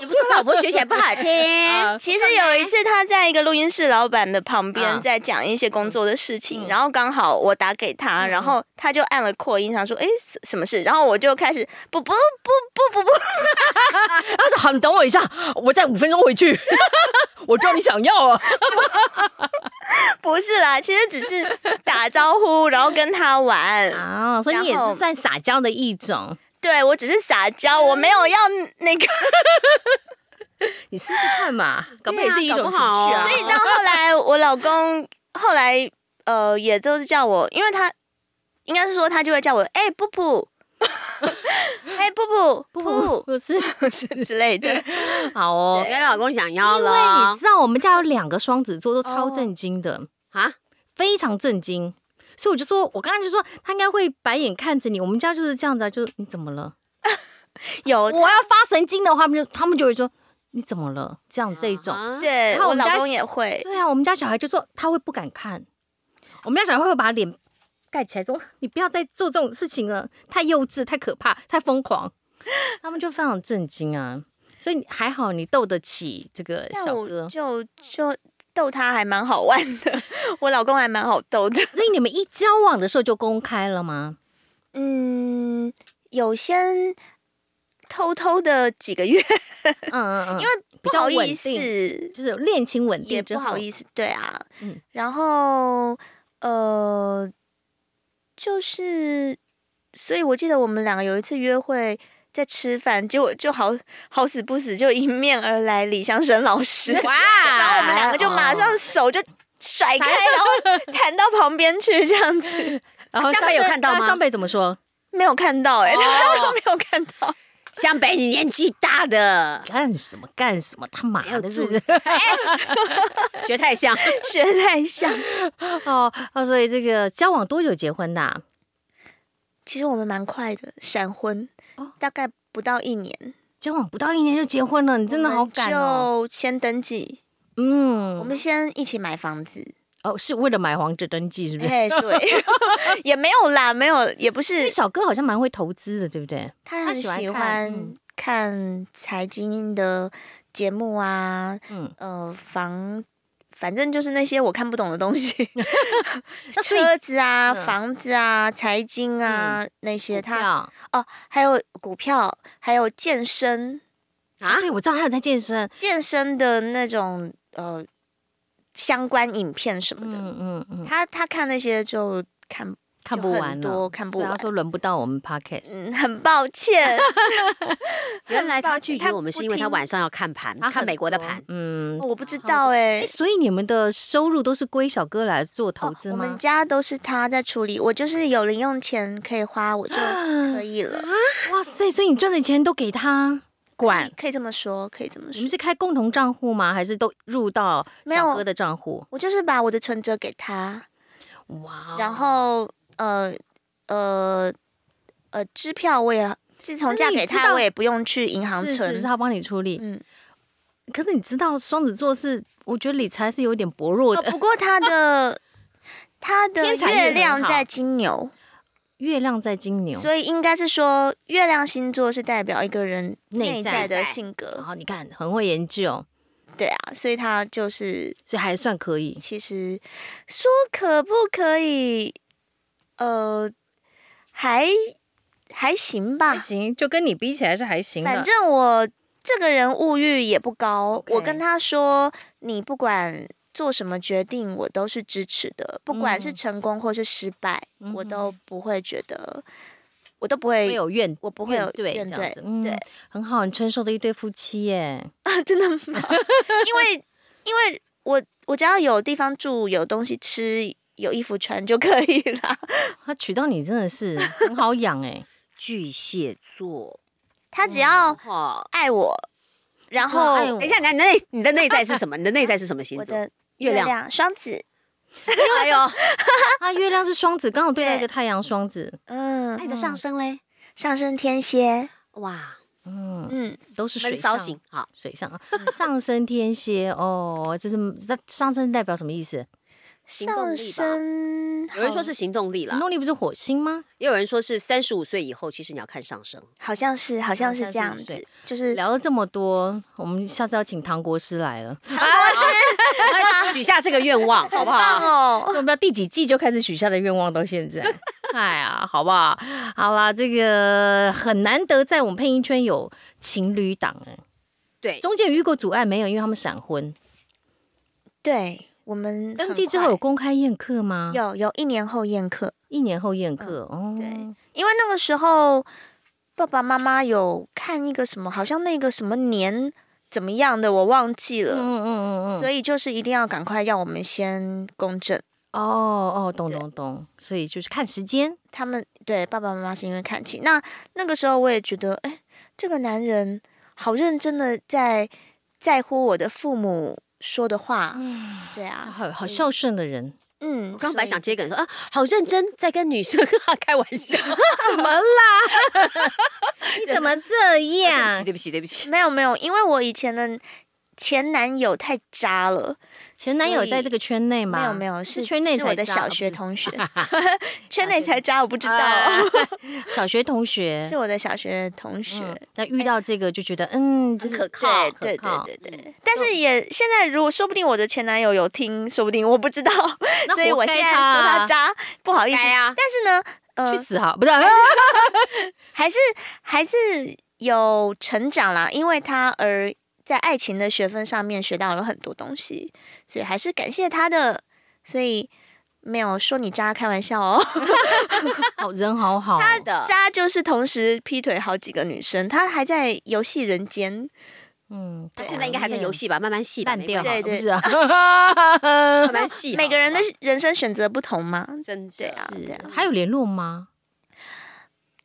[SPEAKER 5] 你不是老婆学起来不好 听，
[SPEAKER 3] 其实有一次他在一个录音室老板的旁
[SPEAKER 4] 嗯
[SPEAKER 3] 边，在讲一些工作的事情，
[SPEAKER 4] 嗯
[SPEAKER 3] 然后刚好我打给他，然后他就按了扩音，想说诶什什么事，然后我就开始不不不不不不，
[SPEAKER 4] 他说好，你等我一下，我在五分钟回去。 我知道你想要啊了，
[SPEAKER 3] 不是啦，其实只是打招呼，然后跟他玩。
[SPEAKER 4] 啊，所以你也
[SPEAKER 3] 然后
[SPEAKER 4] 是算撒娇的一种。
[SPEAKER 3] 对我只是撒娇，我没有要那个。
[SPEAKER 4] 你试试看嘛，搞不好
[SPEAKER 5] 对啊
[SPEAKER 4] 也是一
[SPEAKER 5] 搞
[SPEAKER 4] 种情
[SPEAKER 5] 不
[SPEAKER 4] 趣
[SPEAKER 5] 好哦
[SPEAKER 4] 啊。
[SPEAKER 3] 所以到后来，我老公后来呃也都是叫我，因为他应该是说他就会叫我哎布布， 哎布布
[SPEAKER 4] 不哦不不是
[SPEAKER 3] 布 之类的。
[SPEAKER 4] 好哦，
[SPEAKER 5] 原来老公想要
[SPEAKER 4] 因为
[SPEAKER 5] 了哦
[SPEAKER 4] 你知道我们家有两个双子座都超震惊的，
[SPEAKER 5] 啊！
[SPEAKER 4] 非常震惊。所以我就说，我刚刚就说他应该会白眼看着你。我们家就是这样子啊，就是你怎么了？
[SPEAKER 3] 有
[SPEAKER 4] 我要发神经的话，他们就他们就会说你怎么了？这样这一种。
[SPEAKER 5] 啊
[SPEAKER 3] 对
[SPEAKER 4] 然后我
[SPEAKER 3] 我
[SPEAKER 4] 们
[SPEAKER 3] 老
[SPEAKER 4] 家
[SPEAKER 3] 公
[SPEAKER 4] 是
[SPEAKER 3] 也会，
[SPEAKER 4] 对啊，我们家小孩就说他会不敢看，我们家小孩会把脸盖起来说你不要再做这种事情了，太幼稚、太可怕、太疯狂， 他们就非常震惊啊。所以你还好你斗得起这个
[SPEAKER 3] 但
[SPEAKER 4] 小
[SPEAKER 3] 我
[SPEAKER 4] 哥，
[SPEAKER 3] 就就逗他还蛮好玩的， 我老公还蛮好逗 的。
[SPEAKER 4] 所以你们一交往的时候就公开了吗？
[SPEAKER 3] 嗯，有些偷偷的几个月，
[SPEAKER 4] 嗯嗯嗯，
[SPEAKER 3] 因为
[SPEAKER 4] 比
[SPEAKER 3] 不
[SPEAKER 4] 较
[SPEAKER 3] 好
[SPEAKER 4] 稳
[SPEAKER 3] 意
[SPEAKER 4] 定，
[SPEAKER 3] 思，
[SPEAKER 4] 就是恋情稳
[SPEAKER 3] 也
[SPEAKER 4] 定之
[SPEAKER 3] 不
[SPEAKER 4] 后，
[SPEAKER 3] 好意思，对啊，
[SPEAKER 4] 嗯
[SPEAKER 3] 然后呃，就是，所以我记得我们两个有一次约会。在吃饭，结果就好好死不死就迎面而来李湘生老师，
[SPEAKER 4] 哇，
[SPEAKER 3] 然后我们两个就马上
[SPEAKER 4] 哦
[SPEAKER 3] 手就甩开，然后弹到旁边去，这样子
[SPEAKER 4] 然后
[SPEAKER 5] 湘北有看到吗
[SPEAKER 4] 湘北怎么 说？
[SPEAKER 3] 没有看到哎、他
[SPEAKER 4] 哦
[SPEAKER 3] 都 没有看到，
[SPEAKER 5] 湘北，你年纪大的，
[SPEAKER 4] 干什么干什么？他妈
[SPEAKER 5] 有
[SPEAKER 4] 的，是不
[SPEAKER 5] 注
[SPEAKER 4] 是？
[SPEAKER 5] 学太像。
[SPEAKER 3] 学太像。
[SPEAKER 4] 哦哦，所以这个交往多久结婚的啊？
[SPEAKER 3] 其实我们蛮快的，闪婚，
[SPEAKER 4] 哦
[SPEAKER 3] 大概不到一年，
[SPEAKER 4] 交往不到一年就结婚了，你真的好敢哦。
[SPEAKER 3] 我们就先登记，我
[SPEAKER 4] 嗯，
[SPEAKER 3] 们先一起买房子。
[SPEAKER 4] 哦，是为了买房子登记是 不是？
[SPEAKER 3] 哎，对，也没有啦，没有，也
[SPEAKER 4] 嗯
[SPEAKER 3] 不
[SPEAKER 4] 因
[SPEAKER 3] 是
[SPEAKER 4] 为，小哥好像蛮会投资的，对不对？
[SPEAKER 3] 他
[SPEAKER 4] 他
[SPEAKER 3] 很
[SPEAKER 4] 喜欢
[SPEAKER 3] 喜
[SPEAKER 4] 看
[SPEAKER 3] 欢
[SPEAKER 4] 嗯
[SPEAKER 3] 看财经的节目啊，
[SPEAKER 4] 嗯，
[SPEAKER 3] 呃，房。反正就是那些我看不懂的东西，
[SPEAKER 4] 那所以
[SPEAKER 3] 车子啊、
[SPEAKER 4] 嗯
[SPEAKER 3] 房子啊、财经啊、那些，
[SPEAKER 4] 股
[SPEAKER 3] 他
[SPEAKER 4] 票
[SPEAKER 3] 还有股票，还有健身，
[SPEAKER 5] 啊
[SPEAKER 4] 对，哎我知道他有在健身。
[SPEAKER 3] 健身的那种呃相关影片什么的，
[SPEAKER 4] 嗯嗯嗯，
[SPEAKER 3] 他他看那些就看，
[SPEAKER 4] 看不完
[SPEAKER 3] 很
[SPEAKER 4] 了，
[SPEAKER 3] 多看不
[SPEAKER 4] 所以他
[SPEAKER 3] 完
[SPEAKER 4] 说轮不到我们 podcast。
[SPEAKER 3] 嗯，很 抱歉，
[SPEAKER 5] 原来他拒绝
[SPEAKER 3] 他
[SPEAKER 5] 我们是
[SPEAKER 3] 不
[SPEAKER 5] 因为他
[SPEAKER 3] 听
[SPEAKER 5] 晚上要看盘，
[SPEAKER 4] 他
[SPEAKER 5] 看
[SPEAKER 4] 很
[SPEAKER 5] 美国的
[SPEAKER 4] 多
[SPEAKER 5] 盘。
[SPEAKER 4] 嗯，
[SPEAKER 3] 我不知道哎、
[SPEAKER 4] 哎，所以你们的收入都是归小哥来做投资
[SPEAKER 3] 我们
[SPEAKER 4] 吗？
[SPEAKER 3] 家都是他在处理，我就是有零用钱可以花，我就可以
[SPEAKER 4] 啊
[SPEAKER 3] 了，
[SPEAKER 4] 哇塞，所以你赚的钱都给他管？
[SPEAKER 3] 可以这么说，可以这么
[SPEAKER 4] 你
[SPEAKER 3] 说
[SPEAKER 4] 们。是开共同账户吗？还是都入到
[SPEAKER 3] 没有
[SPEAKER 4] 小哥的账户？
[SPEAKER 3] 我就是把我的存折给他，
[SPEAKER 4] 哇哦，
[SPEAKER 3] 然后呃呃呃，支票我也自从
[SPEAKER 4] 那
[SPEAKER 3] 嫁
[SPEAKER 4] 你
[SPEAKER 3] 给
[SPEAKER 4] 知道
[SPEAKER 3] 他，我也不用去银行
[SPEAKER 4] 是
[SPEAKER 3] 存。
[SPEAKER 4] 是是，他帮你处理。
[SPEAKER 3] 嗯，
[SPEAKER 4] 可是你知道双子座是，我觉得理财是有点薄弱
[SPEAKER 3] 哦，
[SPEAKER 4] 的。
[SPEAKER 3] 不过他的他的
[SPEAKER 4] 天才运
[SPEAKER 3] 月
[SPEAKER 4] 很
[SPEAKER 3] 亮
[SPEAKER 4] 好嗯
[SPEAKER 3] 在金牛，
[SPEAKER 4] 月亮在金牛，
[SPEAKER 3] 所以应该是说月亮星座是代表一个人
[SPEAKER 4] 内
[SPEAKER 3] 内
[SPEAKER 4] 在
[SPEAKER 3] 在的
[SPEAKER 5] 在
[SPEAKER 3] 性
[SPEAKER 4] 然
[SPEAKER 3] 格，
[SPEAKER 4] 后你看很会研究，
[SPEAKER 3] 对啊，所以他就是
[SPEAKER 4] 所以还算可以。
[SPEAKER 3] 其实说可不可以，呃，还还行吧
[SPEAKER 4] 还，行，就跟你比起来是还行的。
[SPEAKER 3] 反正我这个人物欲也不高
[SPEAKER 4] OK
[SPEAKER 3] 我跟他说，你不管做什么决定，我都是支持的，不管是
[SPEAKER 4] 嗯
[SPEAKER 3] 成功或是失败，我
[SPEAKER 4] 嗯哼
[SPEAKER 3] 都不会觉得，我都不
[SPEAKER 4] 没
[SPEAKER 3] 会，
[SPEAKER 4] 有怨，
[SPEAKER 3] 我不会有
[SPEAKER 4] 对
[SPEAKER 3] 怨
[SPEAKER 4] 这样
[SPEAKER 3] 怼
[SPEAKER 4] 子，，嗯
[SPEAKER 3] 对，
[SPEAKER 4] 很好，很成熟的一对夫妻耶。
[SPEAKER 3] 真的吗？因 为因为我我只要有地方住，有东西吃。有衣服穿就可以啦。
[SPEAKER 4] 他娶到你真的是很好养 哎，
[SPEAKER 5] 巨蟹座，
[SPEAKER 3] 他只要
[SPEAKER 5] 哦，
[SPEAKER 3] 爱我，
[SPEAKER 4] 嗯
[SPEAKER 3] 然
[SPEAKER 4] 只要
[SPEAKER 3] 后
[SPEAKER 4] 爱
[SPEAKER 5] 等一下，你的内你的内在是什么？你的内在是 什么星
[SPEAKER 3] 我
[SPEAKER 5] 座？
[SPEAKER 3] 的
[SPEAKER 5] 月亮。
[SPEAKER 3] 亮双子，
[SPEAKER 5] 哎 呦，
[SPEAKER 4] 他月亮是双子，刚好对到一
[SPEAKER 3] 对
[SPEAKER 4] 个太阳双子，
[SPEAKER 3] 嗯，
[SPEAKER 5] 爱的上升嘞，
[SPEAKER 3] 上升天蝎，
[SPEAKER 5] 哇，
[SPEAKER 4] 嗯，
[SPEAKER 3] 嗯，
[SPEAKER 4] 都是水
[SPEAKER 5] 闷骚
[SPEAKER 4] 上
[SPEAKER 5] 型好，
[SPEAKER 4] 水上啊上升天蝎哦，这是那上升代表什么意思？
[SPEAKER 5] 行动
[SPEAKER 3] 上
[SPEAKER 5] 力吧
[SPEAKER 3] 升
[SPEAKER 5] 有人说
[SPEAKER 3] 好
[SPEAKER 5] 是哦行动力啦
[SPEAKER 4] 行，动力不是火星
[SPEAKER 3] 嗯
[SPEAKER 4] 吗？
[SPEAKER 5] 也有人说是三十五岁以后，其实你要看上 升。
[SPEAKER 3] 好像是，好像是
[SPEAKER 4] 35
[SPEAKER 3] 这样
[SPEAKER 4] 岁
[SPEAKER 3] 子，就是
[SPEAKER 4] 聊了这么多，我们下次要请唐国师来了。
[SPEAKER 5] 那许下这个愿 望，好不
[SPEAKER 3] 棒
[SPEAKER 5] 好？
[SPEAKER 4] 这
[SPEAKER 3] 哦。
[SPEAKER 4] 我们要第几季就开始许下的愿望到现在， 哎呀，好不好？好啦，这个很难得在我们配音圈有情侣档哎，
[SPEAKER 5] 对，
[SPEAKER 4] 中间有遇过阻碍没有？因为他们闪婚，
[SPEAKER 3] 对，我们
[SPEAKER 4] 登
[SPEAKER 3] 很
[SPEAKER 4] 记之后有
[SPEAKER 3] 快
[SPEAKER 4] 公开宴客吗？，
[SPEAKER 3] 有有一年后宴客，
[SPEAKER 4] 一年后宴客、哦。
[SPEAKER 3] 对，因为那个时候爸爸妈妈有看一个什么，好像那个什么年怎么样的，我忘记
[SPEAKER 4] 嗯
[SPEAKER 3] 了，
[SPEAKER 4] 嗯嗯嗯
[SPEAKER 3] 所
[SPEAKER 4] 嗯，
[SPEAKER 3] 以就是一定要赶快让我们先公证。
[SPEAKER 4] 哦哦，懂懂懂，所以就是看时间，
[SPEAKER 3] 他们对爸爸妈妈是因为看齐，那那个时候我也觉得，哎，这个男人好认真的在在乎我的父母说的话，对啊，
[SPEAKER 4] 好好孝顺的人，
[SPEAKER 3] 嗯，
[SPEAKER 5] 我刚
[SPEAKER 3] 所
[SPEAKER 5] 本来
[SPEAKER 3] 以
[SPEAKER 5] 想接梗说啊，好认真在跟女生 开玩笑，
[SPEAKER 4] 怎么啦？你怎么这样？
[SPEAKER 5] 对不啊起，对不起，
[SPEAKER 3] 没有没有，因为我以前的前男友太渣了，
[SPEAKER 4] 前男友
[SPEAKER 3] 所以
[SPEAKER 4] 在这个圈内吗？
[SPEAKER 3] 没有没有是
[SPEAKER 4] 圈内
[SPEAKER 3] 是
[SPEAKER 4] 才
[SPEAKER 3] 我的
[SPEAKER 4] 渣
[SPEAKER 3] 小
[SPEAKER 4] 不
[SPEAKER 3] 学
[SPEAKER 4] 是啊
[SPEAKER 3] 同 学， 圈内才渣，我不知道，
[SPEAKER 4] 小学同学
[SPEAKER 3] 是我的小学同学。
[SPEAKER 4] 嗯，那
[SPEAKER 3] 哎
[SPEAKER 4] 遇到这个就觉得，嗯，这
[SPEAKER 5] 很
[SPEAKER 4] 个
[SPEAKER 5] 可靠，
[SPEAKER 3] 对
[SPEAKER 4] 可靠
[SPEAKER 3] 对对对对，但是也现在如果说不定我的前男友有听，说不定我不知道，
[SPEAKER 4] 那
[SPEAKER 3] 所以
[SPEAKER 4] 活
[SPEAKER 3] 我
[SPEAKER 4] 该
[SPEAKER 3] 现在
[SPEAKER 4] 他
[SPEAKER 3] 说
[SPEAKER 4] 啊
[SPEAKER 3] 他渣，不
[SPEAKER 5] 哎
[SPEAKER 3] 好意思。
[SPEAKER 5] 该啊
[SPEAKER 3] 但是呢，
[SPEAKER 4] 去
[SPEAKER 3] 呃，
[SPEAKER 4] 死哈，不是，
[SPEAKER 3] 还是还是有成长啦，因为他而在爱情的学分上面学到了很多东西，所以还是感谢他的。所以没有说你渣，开玩笑哦。
[SPEAKER 4] 好人好好，
[SPEAKER 5] 他的
[SPEAKER 3] 渣就是同时劈腿好几个女生，他还在游戏人间。
[SPEAKER 4] 嗯，
[SPEAKER 5] 他现在应该还在游
[SPEAKER 4] 戏
[SPEAKER 5] 戏吧，慢慢细吧
[SPEAKER 4] 烂掉，
[SPEAKER 5] 没关系
[SPEAKER 3] 对对
[SPEAKER 4] 不是 啊？
[SPEAKER 5] 慢慢细好了。
[SPEAKER 3] 每个人的人生选择不同嘛，
[SPEAKER 5] 真的
[SPEAKER 3] 对啊，对
[SPEAKER 4] 是
[SPEAKER 3] 啊。
[SPEAKER 4] 还有联络吗？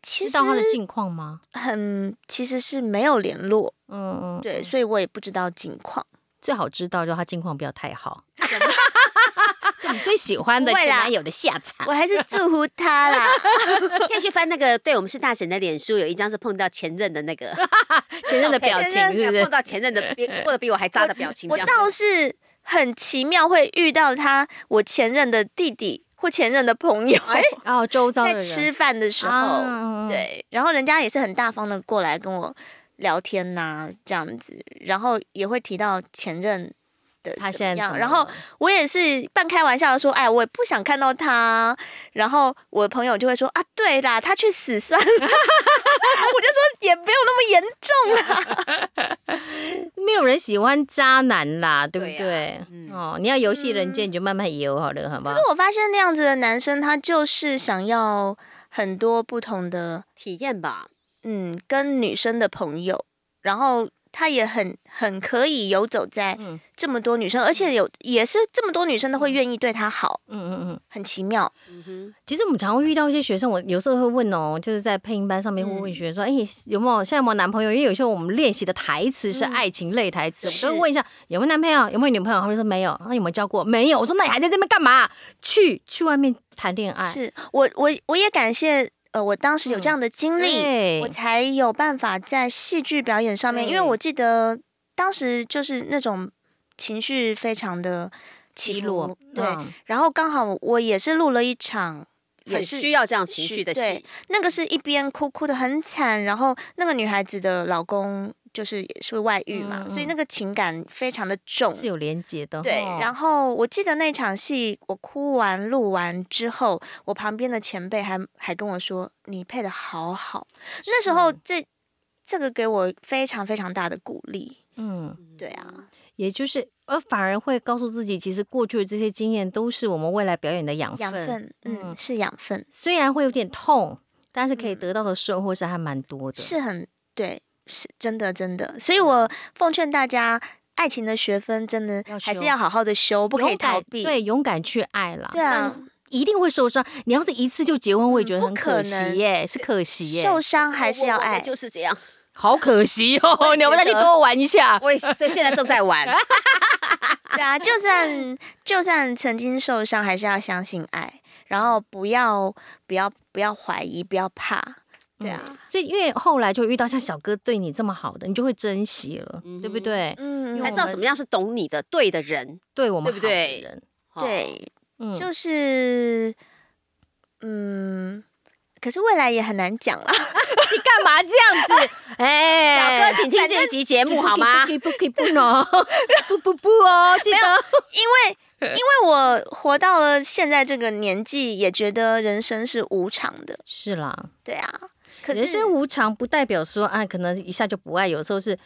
[SPEAKER 3] 其
[SPEAKER 4] 知
[SPEAKER 3] 实
[SPEAKER 4] 道他的近况吗？
[SPEAKER 3] 很，其实是没有联络，
[SPEAKER 4] 嗯嗯，
[SPEAKER 3] 对，所以我也不知道近况。
[SPEAKER 4] 最好知道就他近况不要太好。 就你最喜欢的
[SPEAKER 3] 不会
[SPEAKER 4] 前
[SPEAKER 3] 啦
[SPEAKER 4] 男友的下场
[SPEAKER 3] 我，还是祝福 他啦。
[SPEAKER 5] 可以去翻那个，对我们是大神的脸书，有一张是碰到前任的那 个
[SPEAKER 4] 前 任的表情
[SPEAKER 5] 前任
[SPEAKER 4] 是不是
[SPEAKER 5] 碰？到前任的 比或者比我还渣的表情，
[SPEAKER 3] 我
[SPEAKER 5] 这样
[SPEAKER 3] 倒是很奇妙会遇到他，我前任的弟弟或前任的朋友，
[SPEAKER 4] 哦，周遭的
[SPEAKER 3] 在
[SPEAKER 4] 人
[SPEAKER 3] 吃饭的时候，
[SPEAKER 4] 啊，
[SPEAKER 3] 对，然后人家也是很大方的过来跟我聊天呐、这样子，然后也会提到前任的
[SPEAKER 4] 他
[SPEAKER 3] 怎么
[SPEAKER 4] 现在怎
[SPEAKER 3] 样，
[SPEAKER 4] 么
[SPEAKER 3] 然后
[SPEAKER 4] 了
[SPEAKER 3] 我也是半开玩笑的说，哎，我也不想看到他，然后我朋友就会说啊，对啦，他去死算了，我 就说也没有那么严重啊，
[SPEAKER 4] 没有人喜欢渣男啦，对不
[SPEAKER 5] 对
[SPEAKER 4] 对
[SPEAKER 5] 嗯？
[SPEAKER 4] 哦，你要游戏人间，你就慢慢游好了，好不好
[SPEAKER 3] 可？是我发现那样子的男生，他就是想要很多不同的
[SPEAKER 5] 体验吧。
[SPEAKER 3] 嗯，跟女生的朋友，然后他也很很可以游走在
[SPEAKER 4] 嗯
[SPEAKER 3] 这么多女生，而且有也是这么多女生都会愿意对他好，
[SPEAKER 4] 嗯嗯嗯。
[SPEAKER 3] 很奇妙。
[SPEAKER 5] 嗯哼，
[SPEAKER 4] 其实我们常会遇到一些学生，我有时候会问哦，就是在配音班上面会问学生说，哎、有没有现在有没有男朋友？因为有时候我们练习的台词是爱情类台词，我都会问一下有没有男朋友，有没有女朋友，他们说没有，那、有没有交过？没有。我说那你还在这边干嘛？去去外面谈恋爱，
[SPEAKER 3] 是我我我也感谢呃，我当时有这样的经历，
[SPEAKER 4] 嗯对
[SPEAKER 3] 我才有办法在戏剧表演上面，因为
[SPEAKER 4] 对
[SPEAKER 3] 我记得当时就是那种情绪非常的起
[SPEAKER 4] 低
[SPEAKER 3] 落
[SPEAKER 4] 落，，
[SPEAKER 3] 对，
[SPEAKER 4] 嗯
[SPEAKER 3] 然后刚好我也是录了一场。也
[SPEAKER 5] 很
[SPEAKER 3] 是
[SPEAKER 5] 需要这样情绪的
[SPEAKER 3] 对
[SPEAKER 5] 戏，
[SPEAKER 3] 那个是一边哭哭的很惨，然后那个女孩子的老公就是也是外遇嘛，
[SPEAKER 4] 嗯嗯
[SPEAKER 3] 所以那个情感非常的重。
[SPEAKER 4] 是有连结的。哦
[SPEAKER 3] 对，然
[SPEAKER 4] 后
[SPEAKER 3] 后我记得那场戏，我哭完录完之后，我旁边的前辈还还跟我说：“你配的好好。”那时候这这个给我非常非常大的鼓励。
[SPEAKER 4] 嗯，
[SPEAKER 3] 对啊，
[SPEAKER 4] 也就是而反而会告诉自己，其实过去的这些经验都是我们未来表演的养
[SPEAKER 3] 养分，嗯，
[SPEAKER 4] 嗯
[SPEAKER 3] 是养分，
[SPEAKER 4] 虽然会有点痛，但是可以得到的收获是还蛮多的。
[SPEAKER 3] 是很对，是真的真的。所以我奉劝大家，爱情的学分真的
[SPEAKER 4] 要
[SPEAKER 3] 还是
[SPEAKER 4] 修
[SPEAKER 3] 要好好的修，不可以
[SPEAKER 4] 勇敢
[SPEAKER 3] 逃避。
[SPEAKER 4] 对，勇敢去爱啦。
[SPEAKER 3] 对啊，
[SPEAKER 4] 一定会受伤。你要是一次就结婚，我也觉得
[SPEAKER 3] 不
[SPEAKER 4] 很
[SPEAKER 3] 可
[SPEAKER 4] 可惜
[SPEAKER 3] 能
[SPEAKER 4] 耶，是可惜耶，
[SPEAKER 3] 受伤还是要
[SPEAKER 5] 我我我
[SPEAKER 3] 爱。
[SPEAKER 5] 就是这样。
[SPEAKER 4] 好可惜哦。你要不要再去
[SPEAKER 5] 觉得
[SPEAKER 4] 多玩一下？
[SPEAKER 5] 我也是所以现在正在 玩，
[SPEAKER 3] 对啊，就算就算曾经受伤，还是要相信爱，然后不要不要不要怀疑，不要怕。对啊，
[SPEAKER 4] 所以因为后来就遇到像小哥对你这么好的，你就会珍惜了，对不对？
[SPEAKER 3] 嗯，
[SPEAKER 4] 因
[SPEAKER 5] 才
[SPEAKER 4] 为
[SPEAKER 5] 知
[SPEAKER 4] 我
[SPEAKER 5] 道
[SPEAKER 4] 们
[SPEAKER 5] 什么样是懂你的对的人。
[SPEAKER 4] 对我们
[SPEAKER 5] 对不
[SPEAKER 4] 好的
[SPEAKER 5] 对
[SPEAKER 4] 人，
[SPEAKER 5] 哦，
[SPEAKER 3] 对，
[SPEAKER 4] 嗯，
[SPEAKER 3] 就是嗯，可是未来也很难讲啦。
[SPEAKER 4] 你干嘛这样子？哎，
[SPEAKER 5] 小哥，请听这一集节目好吗
[SPEAKER 4] 不？可以不可以不可以不能，不不不哦，记得
[SPEAKER 3] 因为我活到了现在这个年纪，也觉得人生是无常的。
[SPEAKER 4] 是啦。
[SPEAKER 3] 对啊，可
[SPEAKER 4] 人
[SPEAKER 3] 是
[SPEAKER 4] 生无常不代表说啊，可能一下就不爱，有时候是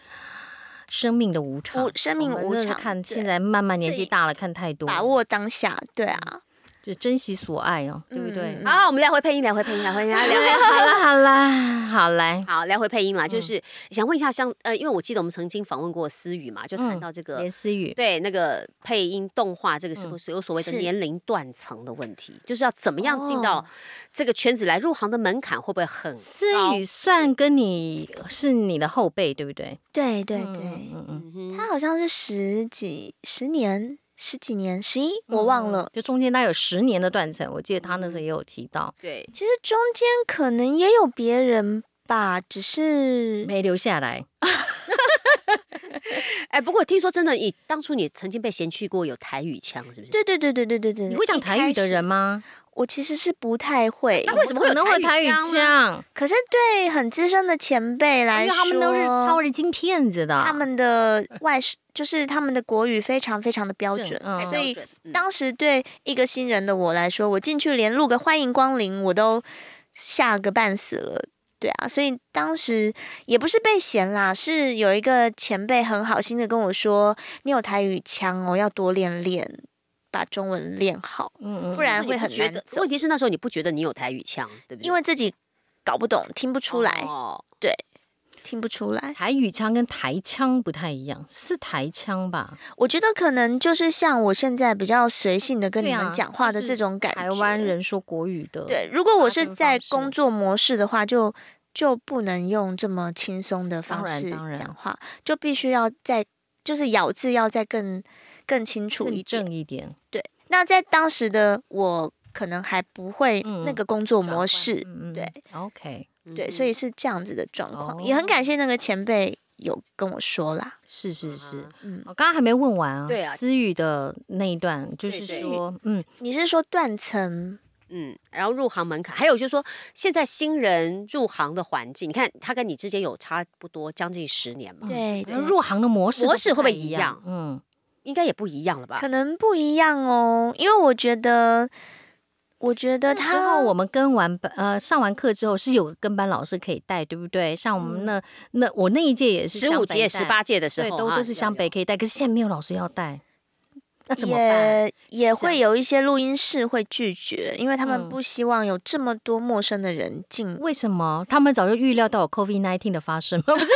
[SPEAKER 4] 生命的无常
[SPEAKER 3] 无。生
[SPEAKER 4] 我
[SPEAKER 3] 命
[SPEAKER 4] 们
[SPEAKER 3] 无
[SPEAKER 4] 真的是
[SPEAKER 3] 常，
[SPEAKER 4] 看
[SPEAKER 3] 对
[SPEAKER 4] 现在慢慢年
[SPEAKER 3] 所
[SPEAKER 4] 纪
[SPEAKER 3] 以
[SPEAKER 4] 大了，看太多了，
[SPEAKER 3] 把握当下。对啊，
[SPEAKER 4] 就珍惜所爱哦，对不对
[SPEAKER 3] 嗯？
[SPEAKER 5] 好，我们聊回配音，聊回配音，聊回聊 回。
[SPEAKER 4] 好啦好啦，好来，
[SPEAKER 5] 好，聊回配音嘛，就是想问一下，像呃，因为我记得我们曾经访问过思雨嘛，就谈到这个
[SPEAKER 4] 连思雨，
[SPEAKER 5] 对那个配音动画这个是不是有所谓的
[SPEAKER 3] 嗯是
[SPEAKER 5] 年龄段层的问题？就是要怎么样进到
[SPEAKER 3] 哦
[SPEAKER 5] 这个圈子来入行的门槛会不会很高
[SPEAKER 4] 思？雨算跟你是你的后辈，对不对？
[SPEAKER 3] 对对
[SPEAKER 4] 嗯
[SPEAKER 3] 对。
[SPEAKER 4] 嗯嗯
[SPEAKER 5] 嗯哼
[SPEAKER 3] 他好像是十几十年、十几年、十一，
[SPEAKER 4] 嗯
[SPEAKER 3] 我忘了。嗯
[SPEAKER 4] 就中间大概有十年的断层，我记得他那时候也有提到，
[SPEAKER 5] 对，
[SPEAKER 3] 其实中间可能也有别人吧，只是
[SPEAKER 4] 没留下来。
[SPEAKER 5] 哎，不过听说真的，你当初你曾经被嫌弃过有台语腔，是不是？
[SPEAKER 3] 对对对对对对对。
[SPEAKER 4] 你会讲
[SPEAKER 3] 一
[SPEAKER 4] 台语
[SPEAKER 3] 开
[SPEAKER 4] 的
[SPEAKER 3] 始
[SPEAKER 4] 人，吗？
[SPEAKER 3] 我其实是不太会。
[SPEAKER 5] 那为什么会有
[SPEAKER 4] 可能会
[SPEAKER 5] 台
[SPEAKER 4] 台
[SPEAKER 5] 语
[SPEAKER 4] 语
[SPEAKER 5] 腔
[SPEAKER 4] 腔？
[SPEAKER 3] 可是对很资深的前辈来
[SPEAKER 4] 因为
[SPEAKER 3] 说，
[SPEAKER 4] 他们都是操着金片子的，
[SPEAKER 5] 啊
[SPEAKER 3] 他们的外事就是他们的国语非常非常的标
[SPEAKER 4] 正
[SPEAKER 3] 准，
[SPEAKER 4] 嗯
[SPEAKER 3] 所以
[SPEAKER 5] 标准嗯
[SPEAKER 3] 当时对一个新人的我来说，我进去连录个欢迎光临我都吓个半死了。对啊，所以当时也不是被嫌啦，是有一个前辈很好心的跟我说：“你有台语腔哦，要多练练，把中文练好，
[SPEAKER 4] 嗯
[SPEAKER 3] 不然
[SPEAKER 5] 可是你
[SPEAKER 3] 会
[SPEAKER 5] 不
[SPEAKER 3] 很
[SPEAKER 5] 觉
[SPEAKER 3] 难
[SPEAKER 5] 得。
[SPEAKER 3] 走。
[SPEAKER 5] 问题是那时候你不觉得你有台语腔，对不对？
[SPEAKER 3] 因为自己搞不懂，听不出来，
[SPEAKER 5] 哦，
[SPEAKER 3] 听不出来。
[SPEAKER 4] 台语腔跟台腔不太一样，是台腔吧？
[SPEAKER 3] 我觉得可能就是像我现在比较随性的跟你
[SPEAKER 4] 对啊
[SPEAKER 3] 们讲话的
[SPEAKER 4] 就是
[SPEAKER 3] 这种感觉。
[SPEAKER 4] 台湾人说国语的，
[SPEAKER 3] 对，如果我
[SPEAKER 4] 发
[SPEAKER 3] 是
[SPEAKER 4] 声
[SPEAKER 3] 在
[SPEAKER 4] 方式
[SPEAKER 3] 工作模式的话，就就不能用这么轻松的
[SPEAKER 4] 当
[SPEAKER 3] 方
[SPEAKER 4] 然
[SPEAKER 3] 式
[SPEAKER 4] 当然
[SPEAKER 3] 讲话，就必须要在就是咬字要再更更清楚一
[SPEAKER 4] 更
[SPEAKER 3] 点。
[SPEAKER 4] 正一点。
[SPEAKER 3] 对，那在当时的我可能还不会
[SPEAKER 4] 嗯
[SPEAKER 3] 那个工作
[SPEAKER 4] 转
[SPEAKER 3] 模
[SPEAKER 4] 换
[SPEAKER 3] 式，
[SPEAKER 4] 嗯嗯
[SPEAKER 3] 对
[SPEAKER 4] ，OK，
[SPEAKER 3] 对，所以是这样子的状况，也
[SPEAKER 4] 哦
[SPEAKER 3] 很感谢那个前辈有跟我说啦。
[SPEAKER 4] 是是是
[SPEAKER 5] 啊，
[SPEAKER 3] 嗯，
[SPEAKER 4] 我刚刚还没问完啊。
[SPEAKER 5] 对啊
[SPEAKER 4] 思雨的那一段就是
[SPEAKER 5] 对对
[SPEAKER 4] 说，嗯，
[SPEAKER 3] 你是说断层？
[SPEAKER 5] 嗯，然后入行门槛，还有就是说，现在新人入行的环境，你看他跟你之间有差不多将近十年
[SPEAKER 4] 嗯
[SPEAKER 5] 嘛，
[SPEAKER 3] 对，对
[SPEAKER 4] 入行的模式
[SPEAKER 5] 模
[SPEAKER 4] 都
[SPEAKER 5] 式会不
[SPEAKER 4] 太
[SPEAKER 5] 会一
[SPEAKER 4] 一样
[SPEAKER 5] 样？
[SPEAKER 4] 嗯，
[SPEAKER 5] 应该也不一样了
[SPEAKER 4] 啊
[SPEAKER 5] 吧
[SPEAKER 3] 可？能不一样哦，因为我觉得，我觉得
[SPEAKER 4] 那时
[SPEAKER 3] 他
[SPEAKER 4] 候我们跟完班呃上完课之后是有跟班老师可以带，对不对？像我们那那我那一届也是
[SPEAKER 5] 嗯十五
[SPEAKER 4] 湘北
[SPEAKER 5] 届、
[SPEAKER 4] 带
[SPEAKER 5] 十八届的时
[SPEAKER 4] 对
[SPEAKER 5] 候，啊
[SPEAKER 4] 都
[SPEAKER 5] 哈
[SPEAKER 4] 都是湘北，可以带，可是现在没有老师要带，那怎么办？
[SPEAKER 3] 也也
[SPEAKER 4] 想
[SPEAKER 3] 会有一些录音室会拒绝，因为他
[SPEAKER 4] 嗯
[SPEAKER 3] 们不希望有这么多陌生的人进。
[SPEAKER 4] 为什么他们早就预料到有 COVID nineteen 的发 生？不是，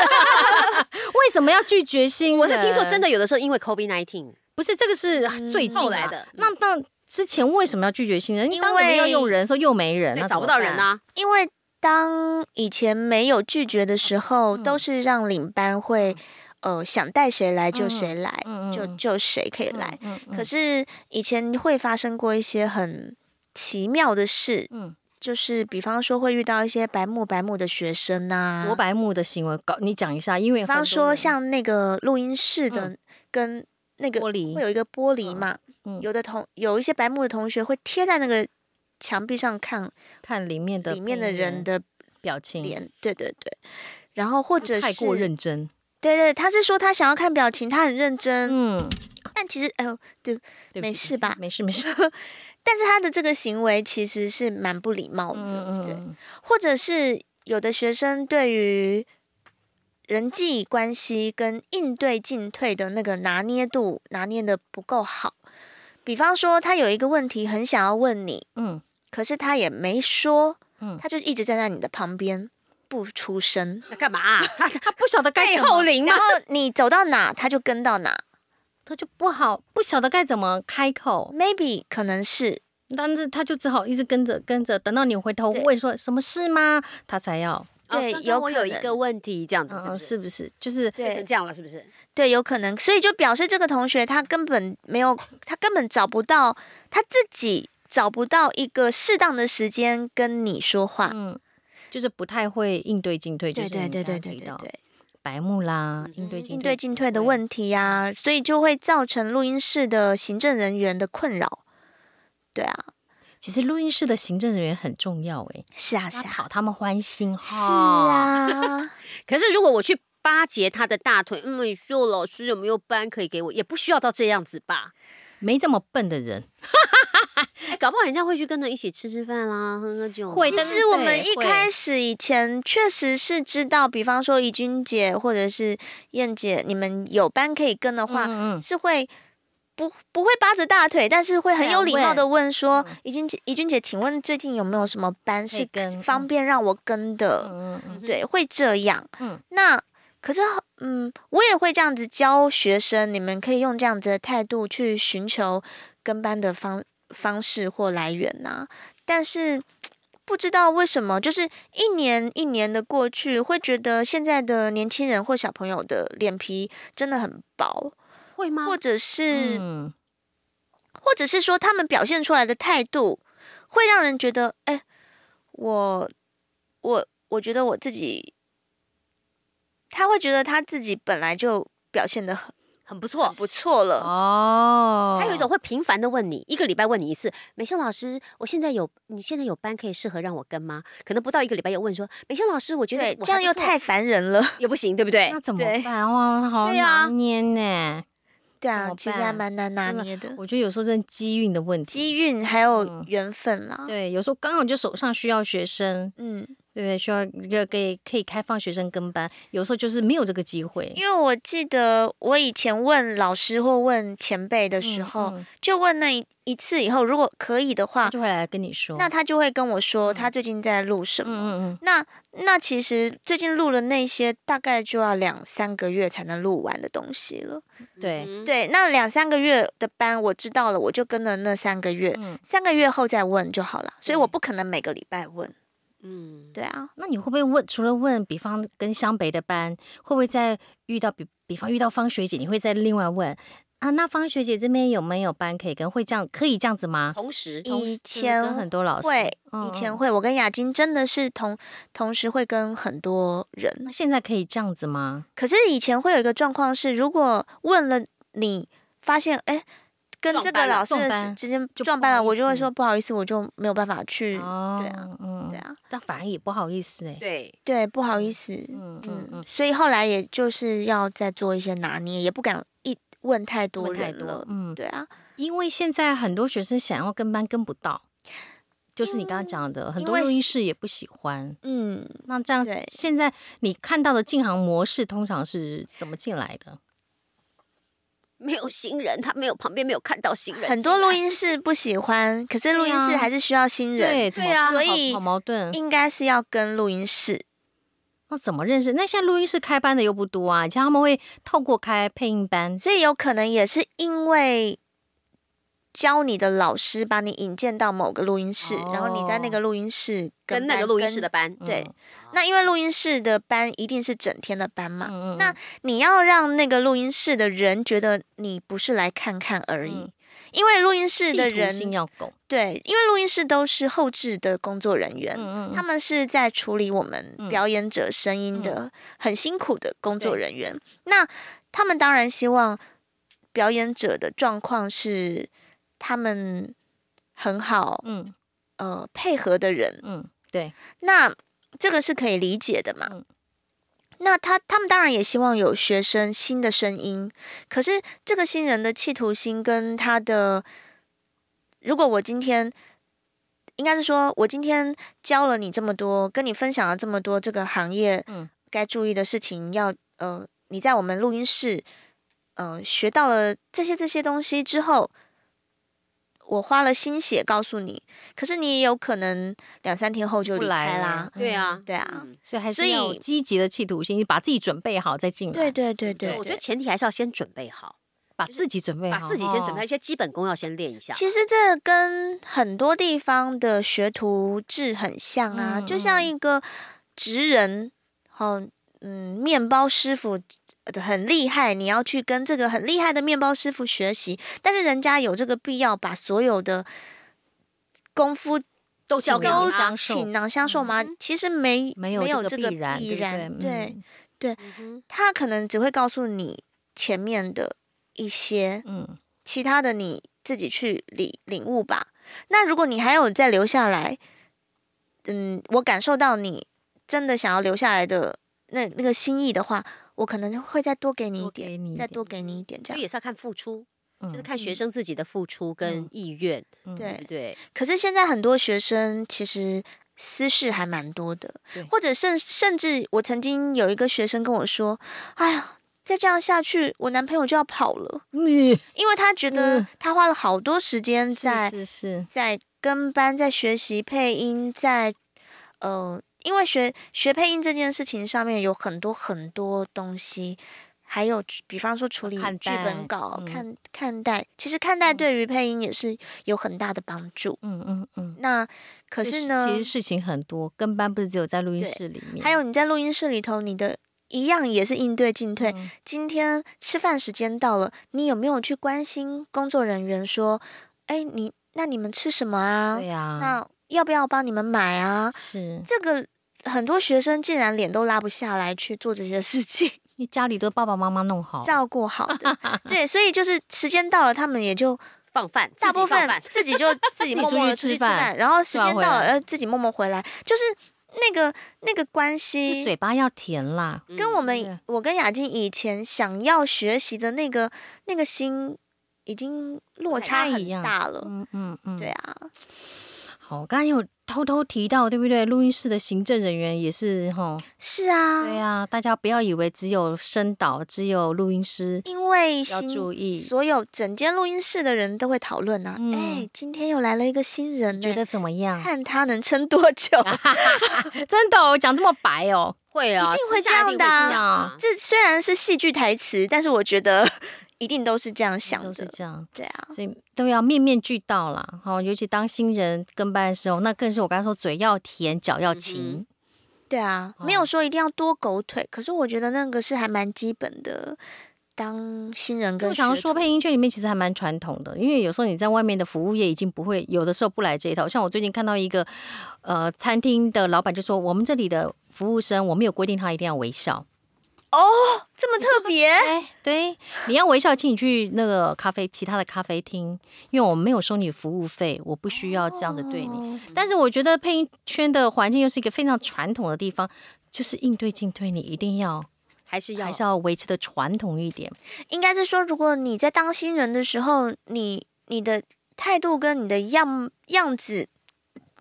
[SPEAKER 4] 为什么要拒绝新人？
[SPEAKER 5] 我是听说真
[SPEAKER 4] 的
[SPEAKER 5] 的有的时候因为 COVID nineteen，
[SPEAKER 4] 不是这个是
[SPEAKER 3] 嗯
[SPEAKER 4] 最近啊
[SPEAKER 5] 后来的
[SPEAKER 4] 那那之前为什么要拒绝新人？你
[SPEAKER 3] 因
[SPEAKER 4] 当你们要
[SPEAKER 3] 为
[SPEAKER 4] 用人的时候又没人，那
[SPEAKER 5] 找不
[SPEAKER 4] 怎么
[SPEAKER 5] 到人
[SPEAKER 4] 办。
[SPEAKER 5] 啊，
[SPEAKER 3] 因为当以前没有拒绝的时候，
[SPEAKER 4] 嗯
[SPEAKER 3] 都是让领班会，呃，想带谁来就谁来，
[SPEAKER 4] 嗯嗯
[SPEAKER 3] 就
[SPEAKER 4] 嗯
[SPEAKER 3] 就谁可以来。
[SPEAKER 4] 嗯，嗯
[SPEAKER 3] 可是以前会发生过一些很奇妙的事，
[SPEAKER 4] 嗯
[SPEAKER 3] 就是比方说会遇到一些白目白目的学生啊呐、
[SPEAKER 4] 罗白木的行为，搞你讲一下，因为
[SPEAKER 3] 比
[SPEAKER 4] 比
[SPEAKER 3] 方说像那个录音室的、跟那个
[SPEAKER 4] 嗯玻璃
[SPEAKER 3] 会有一个玻璃嘛，
[SPEAKER 4] 嗯
[SPEAKER 3] 有的同有一些白目的同学会贴在那个墙壁上看
[SPEAKER 4] 看里面的
[SPEAKER 3] 里面的
[SPEAKER 4] 配音
[SPEAKER 3] 人的
[SPEAKER 4] 表情，
[SPEAKER 3] 脸，对对对，然后或者是
[SPEAKER 4] 太过认真，
[SPEAKER 3] 对对，他是说他想要看表情，他很认真，
[SPEAKER 4] 嗯，
[SPEAKER 3] 但其实哎呦，
[SPEAKER 4] 对不起
[SPEAKER 3] 没事吧
[SPEAKER 4] 没事没事，
[SPEAKER 3] 但是他的这个行为其实是蛮不礼貌的，
[SPEAKER 4] 嗯
[SPEAKER 3] 对，
[SPEAKER 4] 嗯
[SPEAKER 3] 或者是有的学生对于人际关系跟应对进退的那个拿捏度拿捏的不够好。比方说，他有一个问题很想要问你，
[SPEAKER 4] 嗯，
[SPEAKER 3] 可是他也没说
[SPEAKER 4] 嗯，
[SPEAKER 3] 他就一直站在你的旁边不出声。
[SPEAKER 5] 那干嘛啊？他
[SPEAKER 4] 他不晓得该
[SPEAKER 5] 背
[SPEAKER 4] 怎
[SPEAKER 5] 后
[SPEAKER 4] 么，
[SPEAKER 5] 灵吗
[SPEAKER 3] 然？后你走到哪，他就跟到哪。
[SPEAKER 4] 他就不好，不晓得该怎么开口，
[SPEAKER 3] Maybe 可能是
[SPEAKER 4] 但是他就只好一直跟着跟着，等到你回头
[SPEAKER 3] 对
[SPEAKER 4] 问说什么事吗，他才要，
[SPEAKER 5] 哦
[SPEAKER 3] 对
[SPEAKER 5] 刚刚
[SPEAKER 3] 有
[SPEAKER 5] 我
[SPEAKER 3] 可
[SPEAKER 5] 有一
[SPEAKER 3] 能
[SPEAKER 5] 个问题，这样子是
[SPEAKER 4] 嗯，
[SPEAKER 5] 不是？
[SPEAKER 4] 是不是？就是
[SPEAKER 5] 变成
[SPEAKER 3] 对
[SPEAKER 5] 这样了，是不是？
[SPEAKER 3] 对，有可能，所以就表示这个同学他根本没有，他根本找不到他自己找不到一个适当的时间跟你说话。
[SPEAKER 4] 嗯。就是不太会应对进退，就是你刚刚提到白目啦，应对进
[SPEAKER 3] 嗯应对
[SPEAKER 4] 退，
[SPEAKER 3] 进退的问题呀、所以就会造成录音室的行政人员的困扰。对啊，
[SPEAKER 4] 其实录音室的行政人员很重要诶，
[SPEAKER 3] 是啊，
[SPEAKER 4] 要
[SPEAKER 3] 是啊，
[SPEAKER 4] 讨他们欢心
[SPEAKER 3] 是
[SPEAKER 4] 哈。
[SPEAKER 3] 啊，
[SPEAKER 5] 可是如果我去巴结他的大腿，嗯，你说老师有没有班可以给我？也不需要到这样子吧？
[SPEAKER 4] 没这么笨的人，
[SPEAKER 5] 哎，搞不好人家会去跟着一起吃吃饭啦，喝喝酒。啊
[SPEAKER 4] 会
[SPEAKER 3] 其
[SPEAKER 4] 但
[SPEAKER 3] 实我们
[SPEAKER 4] 对
[SPEAKER 3] 一
[SPEAKER 4] 会
[SPEAKER 3] 开始以前确实是知道，比方说怡君姐或者是燕姐，你们有班可以跟的话，
[SPEAKER 4] 嗯嗯
[SPEAKER 3] 是会不不会扒着大腿，但是会很
[SPEAKER 4] 对啊
[SPEAKER 3] 有礼貌的
[SPEAKER 4] 问
[SPEAKER 3] 问说：“怡君姐，怡君姐，请问最近有没有什么班
[SPEAKER 4] 可以
[SPEAKER 3] 是
[SPEAKER 4] 嗯跟
[SPEAKER 3] 方
[SPEAKER 4] 嗯
[SPEAKER 3] 便让我跟的？”
[SPEAKER 4] 嗯嗯嗯，
[SPEAKER 3] 对，会这样。
[SPEAKER 4] 嗯
[SPEAKER 3] 那可是，嗯，我也会这样子教学生，你们可以用这样子的态度去寻求跟班的方方式或来源呐、但是不知道为什么，就是一年一年的过去，会觉得现在的年轻人或小朋友的脸皮真的很薄，
[SPEAKER 5] 会吗
[SPEAKER 3] 或者
[SPEAKER 4] 啊
[SPEAKER 3] 是、
[SPEAKER 4] 嗯
[SPEAKER 3] 或者是说他们表现出来的态度，会让人觉得，哎、我我我觉得我自己，他会觉得他自己本来就表现的很
[SPEAKER 5] 很不错，
[SPEAKER 3] 不错了。
[SPEAKER 4] 哦，
[SPEAKER 5] 还有一
[SPEAKER 3] 嗯
[SPEAKER 5] 种会频繁的问你，一个礼拜问你一次，美秀老师，我现在有你现在有班可以适合让我跟吗？可能不到一个礼拜又问说，美秀老师，我觉得
[SPEAKER 3] 对，
[SPEAKER 5] 我
[SPEAKER 3] 这样
[SPEAKER 5] 还
[SPEAKER 3] 又
[SPEAKER 5] 不错
[SPEAKER 3] 太烦人了。
[SPEAKER 5] 也不行，对不对
[SPEAKER 4] 那？怎么
[SPEAKER 3] 对
[SPEAKER 4] 办？哇，好
[SPEAKER 5] 对啊
[SPEAKER 4] 难捏呢。
[SPEAKER 3] 对
[SPEAKER 4] 怎
[SPEAKER 3] 啊
[SPEAKER 4] 么，
[SPEAKER 3] 其实还
[SPEAKER 4] 办
[SPEAKER 3] 蛮难拿
[SPEAKER 4] 真的
[SPEAKER 3] 捏的，
[SPEAKER 4] 我觉得有时候真的机运的问题，
[SPEAKER 3] 机运还
[SPEAKER 4] 嗯
[SPEAKER 3] 有缘分啦。
[SPEAKER 4] 对，有时候刚好就手上需要学生，
[SPEAKER 3] 嗯，
[SPEAKER 4] 对不对？需要要给可以开放学生跟班，有时候就是没有这个机会。
[SPEAKER 3] 因为我记得我以前问老师或问前辈的时候，
[SPEAKER 4] 嗯嗯
[SPEAKER 3] 就问那一一次以后，如果可以的
[SPEAKER 4] 他
[SPEAKER 3] 话，
[SPEAKER 4] 就会来跟你说。
[SPEAKER 3] 那他就会跟我说他最近在录什
[SPEAKER 4] 嗯
[SPEAKER 3] 么。
[SPEAKER 4] 嗯嗯，
[SPEAKER 3] 那那其实最近录的那些，大概就要两三个月才能录完的东西了。
[SPEAKER 4] 对，
[SPEAKER 5] 嗯，
[SPEAKER 3] 对，那两三个月的班我知道了，我就跟了那三个月，
[SPEAKER 4] 嗯，
[SPEAKER 3] 三个月后再问就好了。所以我
[SPEAKER 4] 对
[SPEAKER 3] 不可能每个礼拜问。
[SPEAKER 5] 嗯，
[SPEAKER 3] 对啊，
[SPEAKER 4] 那你会不会问？除了问，比方跟湘北的班，会不会再遇到比比方遇到方学姐，你会再另外问啊？那方学姐这边有没有班可以跟？会这样可以这样子吗？
[SPEAKER 5] 同时，
[SPEAKER 4] 同时
[SPEAKER 3] 以前
[SPEAKER 4] 跟很多老师
[SPEAKER 3] 会，
[SPEAKER 4] 嗯
[SPEAKER 3] 以前
[SPEAKER 4] 嗯
[SPEAKER 3] 会，我跟雅晶真的是同同时会跟很多人。
[SPEAKER 4] 那现在可以这样子吗？
[SPEAKER 3] 可是以前会有一个状况是，如果问了你，发现哎。诶跟
[SPEAKER 5] 撞
[SPEAKER 3] 这个
[SPEAKER 5] 班了
[SPEAKER 3] 老师
[SPEAKER 4] 撞
[SPEAKER 3] 的
[SPEAKER 4] 班
[SPEAKER 3] 时之间
[SPEAKER 4] 就
[SPEAKER 3] 撞
[SPEAKER 4] 不
[SPEAKER 3] 班
[SPEAKER 4] 好
[SPEAKER 3] 了，
[SPEAKER 4] 意
[SPEAKER 3] 我就会
[SPEAKER 4] 思
[SPEAKER 3] 说不好意思，我就没有办法去。
[SPEAKER 4] 哦，
[SPEAKER 3] 对啊，
[SPEAKER 4] 嗯
[SPEAKER 3] 对，啊，
[SPEAKER 4] 但反而也不好意思哎。
[SPEAKER 5] 对，
[SPEAKER 3] 对，不好意思，
[SPEAKER 4] 嗯嗯
[SPEAKER 3] 嗯
[SPEAKER 4] 嗯，，
[SPEAKER 3] 所以后来也就是要再做一些拿捏，也不敢一问太多
[SPEAKER 4] 问太
[SPEAKER 3] 人
[SPEAKER 4] 多
[SPEAKER 3] 了。，
[SPEAKER 4] 嗯，
[SPEAKER 3] 对啊，
[SPEAKER 4] 因为现在很多学生想要跟班跟不到，就是你刚刚讲的，很多
[SPEAKER 3] 因为
[SPEAKER 4] 录音室也不喜欢。
[SPEAKER 3] 嗯，
[SPEAKER 4] 那这样
[SPEAKER 3] 对，
[SPEAKER 4] 现在你看到的进行模式通常是怎么进来的？
[SPEAKER 5] 没有新人，他没有旁边没有看到新人进来，
[SPEAKER 3] 很多录音室不喜欢，可是录音
[SPEAKER 4] 对
[SPEAKER 3] 室
[SPEAKER 4] 啊
[SPEAKER 3] 还是需要新人，
[SPEAKER 4] 对，怎么
[SPEAKER 3] 对啊
[SPEAKER 4] 好
[SPEAKER 3] 所以
[SPEAKER 4] 好矛盾。
[SPEAKER 3] 应该是要跟录音室。
[SPEAKER 4] 那怎么认识？那现在录音室开班的又不多啊，以前他们会透过开配音班，
[SPEAKER 3] 所以有可能也是因为教你的老师把你引荐到某个录音室，然后你在那
[SPEAKER 4] 哦
[SPEAKER 3] 个录音室
[SPEAKER 5] 跟那
[SPEAKER 3] 班
[SPEAKER 5] 个录音室的
[SPEAKER 3] 跟嗯
[SPEAKER 5] 班，
[SPEAKER 4] 嗯
[SPEAKER 3] 对，那因为录音室的班一定是整天的班嘛，
[SPEAKER 4] 嗯嗯
[SPEAKER 3] 那你要让那个录音室的人觉得你不是来看看而已，
[SPEAKER 4] 嗯
[SPEAKER 3] 因为录音室的
[SPEAKER 4] 企图
[SPEAKER 3] 人
[SPEAKER 4] 心要够，
[SPEAKER 3] 对，因为录音室都是后置的工作人员，
[SPEAKER 4] 嗯嗯，
[SPEAKER 3] 他们是在处理我们
[SPEAKER 4] 嗯
[SPEAKER 3] 表演者声音的、很辛苦的工作人员。那他们当然希望表演者的状况是他们很好
[SPEAKER 4] 嗯
[SPEAKER 3] 呃配合的人，
[SPEAKER 4] 嗯，对，
[SPEAKER 3] 那这个是可以理解的嘛？
[SPEAKER 4] 嗯
[SPEAKER 3] 那他他们当然也希望有学生新的声音，可是这个新人的企图心跟他的，如果我今天应该是说，我今天教了你这么多，跟你分享了这么多这个行业
[SPEAKER 4] 嗯
[SPEAKER 3] 该注意的事情，要呃你在我们录音室呃学到了这些这些东西之后，我花了心血告诉你，可是你也有可能两三天后就
[SPEAKER 4] 不
[SPEAKER 3] 离
[SPEAKER 4] 来
[SPEAKER 3] 开
[SPEAKER 4] 了
[SPEAKER 3] 啦。
[SPEAKER 5] 对啊，
[SPEAKER 3] 对啊，
[SPEAKER 5] 嗯
[SPEAKER 4] 所以还
[SPEAKER 3] 所
[SPEAKER 4] 是
[SPEAKER 3] 以
[SPEAKER 4] 要有积极的企图心，你把自己准备好再进来，
[SPEAKER 3] 对对对对，
[SPEAKER 5] 我觉
[SPEAKER 3] 对
[SPEAKER 5] 得前提还是要先准备好，
[SPEAKER 4] 把自己准备好，
[SPEAKER 5] 把自己先准备，
[SPEAKER 4] 哦
[SPEAKER 5] 一些基本功要先练一下。
[SPEAKER 3] 其实这跟很多地方的学徒制很像啊，
[SPEAKER 4] 嗯
[SPEAKER 3] 就像一个职人，哦，嗯，面包师傅呃很厉害，你要去跟这个很厉害的面包师傅学习，但是人家有这个必要把所有的功夫
[SPEAKER 5] 都交给
[SPEAKER 4] 都
[SPEAKER 5] 你
[SPEAKER 4] 想
[SPEAKER 5] 啦，
[SPEAKER 4] 受
[SPEAKER 3] 锦囊相授吗？其实没
[SPEAKER 4] 嗯没
[SPEAKER 3] 没有
[SPEAKER 4] 这个必然，
[SPEAKER 3] 必
[SPEAKER 4] 对不
[SPEAKER 3] 然，
[SPEAKER 4] 对
[SPEAKER 3] 对，
[SPEAKER 5] 嗯哼
[SPEAKER 3] 他可能只会告诉你前面的一些，
[SPEAKER 4] 嗯嗯
[SPEAKER 3] 其他的你自己去领领悟吧。那如果你还有再留下来，嗯，我感受到你真的想要留下来的那那个心意的话，我可能会再多给你一
[SPEAKER 4] 多
[SPEAKER 3] 点，
[SPEAKER 4] 给你一
[SPEAKER 3] 再
[SPEAKER 4] 点
[SPEAKER 3] 多给你一点这
[SPEAKER 5] 所以
[SPEAKER 3] 样。
[SPEAKER 5] 也是要看付出，就是
[SPEAKER 4] 嗯
[SPEAKER 5] 看学生自己的付出跟
[SPEAKER 4] 嗯
[SPEAKER 5] 意愿，
[SPEAKER 4] 嗯
[SPEAKER 5] 对不
[SPEAKER 3] 对，
[SPEAKER 5] 对？
[SPEAKER 3] 可是现在很多学生其实私事还蛮多的
[SPEAKER 4] 对，
[SPEAKER 3] 或者甚甚至我曾经有一个学生跟我说：“哎呀，再这样下去，我男朋友就要跑了。”
[SPEAKER 4] 你
[SPEAKER 3] 因为他觉得
[SPEAKER 4] 嗯
[SPEAKER 3] 他花了好多时间在、
[SPEAKER 4] 是是是，
[SPEAKER 3] 在跟班，在学习配音，在呃，因为学学配音这件事情上面有很多很多东西，还有比方说处理
[SPEAKER 4] 看
[SPEAKER 3] 剧
[SPEAKER 4] 待
[SPEAKER 3] 本稿、
[SPEAKER 4] 嗯
[SPEAKER 3] 看看待，其实看待对于配音也是有很大的帮助。
[SPEAKER 4] 嗯嗯嗯。
[SPEAKER 3] 那可
[SPEAKER 4] 就是
[SPEAKER 3] 呢，
[SPEAKER 4] 其实事情很多，跟班不是只有在录音
[SPEAKER 3] 对
[SPEAKER 4] 室里面，
[SPEAKER 3] 还有你在录音室里头，你的一样也是应对进退。
[SPEAKER 4] 嗯
[SPEAKER 3] 今天吃饭时间到了，你有没有去关心工作人员说，哎，你那你们吃什么啊
[SPEAKER 4] 对？呀，
[SPEAKER 3] 那要不要帮你们买啊？
[SPEAKER 4] 是
[SPEAKER 3] 这个很多学生竟然脸都拉不下来去做这些事情，
[SPEAKER 4] 你家里都爸爸妈妈弄好，
[SPEAKER 3] 照顾好 的，对，所以就是时间到了，他们也就
[SPEAKER 5] 放饭，自
[SPEAKER 3] 大
[SPEAKER 5] 己
[SPEAKER 3] 部
[SPEAKER 5] 放
[SPEAKER 3] 分
[SPEAKER 5] 饭
[SPEAKER 3] 自己 就自己
[SPEAKER 4] 己
[SPEAKER 3] 默
[SPEAKER 4] 出
[SPEAKER 3] 默
[SPEAKER 4] 去
[SPEAKER 3] 的
[SPEAKER 4] 吃
[SPEAKER 3] 去吃
[SPEAKER 4] 饭
[SPEAKER 3] 饭，然后时
[SPEAKER 4] 吃完
[SPEAKER 3] 间
[SPEAKER 4] 回
[SPEAKER 3] 到了，
[SPEAKER 4] 来
[SPEAKER 3] 然后自己默默回来，就是那个那个关
[SPEAKER 4] 就
[SPEAKER 3] 系，
[SPEAKER 4] 嘴巴要甜啦，
[SPEAKER 5] 嗯
[SPEAKER 3] 跟我们、
[SPEAKER 4] 对
[SPEAKER 3] 我跟雅静以前想要学习的那个那个心，已经落
[SPEAKER 5] 不太
[SPEAKER 3] 差
[SPEAKER 4] 一
[SPEAKER 3] 很
[SPEAKER 4] 样
[SPEAKER 3] 大了。
[SPEAKER 4] 嗯嗯嗯，
[SPEAKER 3] 对，啊，
[SPEAKER 4] 好哦，刚才有偷偷提到，对不对？录音室的行政人员也是哈、哦，
[SPEAKER 3] 是啊，
[SPEAKER 4] 对啊，大家不要以为只有声导，只有录音师
[SPEAKER 3] 因为
[SPEAKER 4] 要
[SPEAKER 3] 行
[SPEAKER 4] 注意，
[SPEAKER 3] 所有整间录音室的人都会讨论啊。哎、
[SPEAKER 4] 嗯
[SPEAKER 3] 今天又来了一个新人呢、
[SPEAKER 4] 觉得怎啊么样？
[SPEAKER 3] 看他能撑多久。
[SPEAKER 4] 真的、哦、讲这么白哦，
[SPEAKER 5] 会啊，
[SPEAKER 3] 一定会
[SPEAKER 5] 私下
[SPEAKER 3] 这样的啊
[SPEAKER 5] 一定会这样啊
[SPEAKER 3] 这虽然是戏剧台词，但是我觉得一定都是这样想
[SPEAKER 4] 都是
[SPEAKER 3] 的。
[SPEAKER 4] 这样。
[SPEAKER 3] 对啊，
[SPEAKER 4] 所以都要面面俱到啦，好、尤其当新人跟班的时候，那更是我刚才说，嘴要甜，脚要勤，
[SPEAKER 3] 对啊，没
[SPEAKER 4] 哦
[SPEAKER 3] 有说一定要多狗腿，可是我觉得那个是还蛮基本的。当新人
[SPEAKER 4] 就
[SPEAKER 3] 跟
[SPEAKER 4] 我想要
[SPEAKER 3] 学
[SPEAKER 4] 说，
[SPEAKER 3] 徒
[SPEAKER 4] 配音圈里面其实还蛮传统的，因为有时候你在外面的服务业已经不会，有的时候不来这一套。像我最近看到一个，呃，餐厅的老板就说，我们这里的服务生，我们有规定他一定要微笑。
[SPEAKER 3] 这么特别，
[SPEAKER 4] 哎，对，你要微笑，请你去那个咖啡，其他的咖啡厅，因为我们没有收你服务费，我不需要这样子对你。
[SPEAKER 3] 哦
[SPEAKER 4] 但是我觉得配音圈的环境又是一个非常传统的地方，就是应对进退，你一定要
[SPEAKER 5] 还是要
[SPEAKER 4] 还是要维持的传统一点。
[SPEAKER 3] 应该是说，如果你在当新人的时候，你你的态度跟你的样样子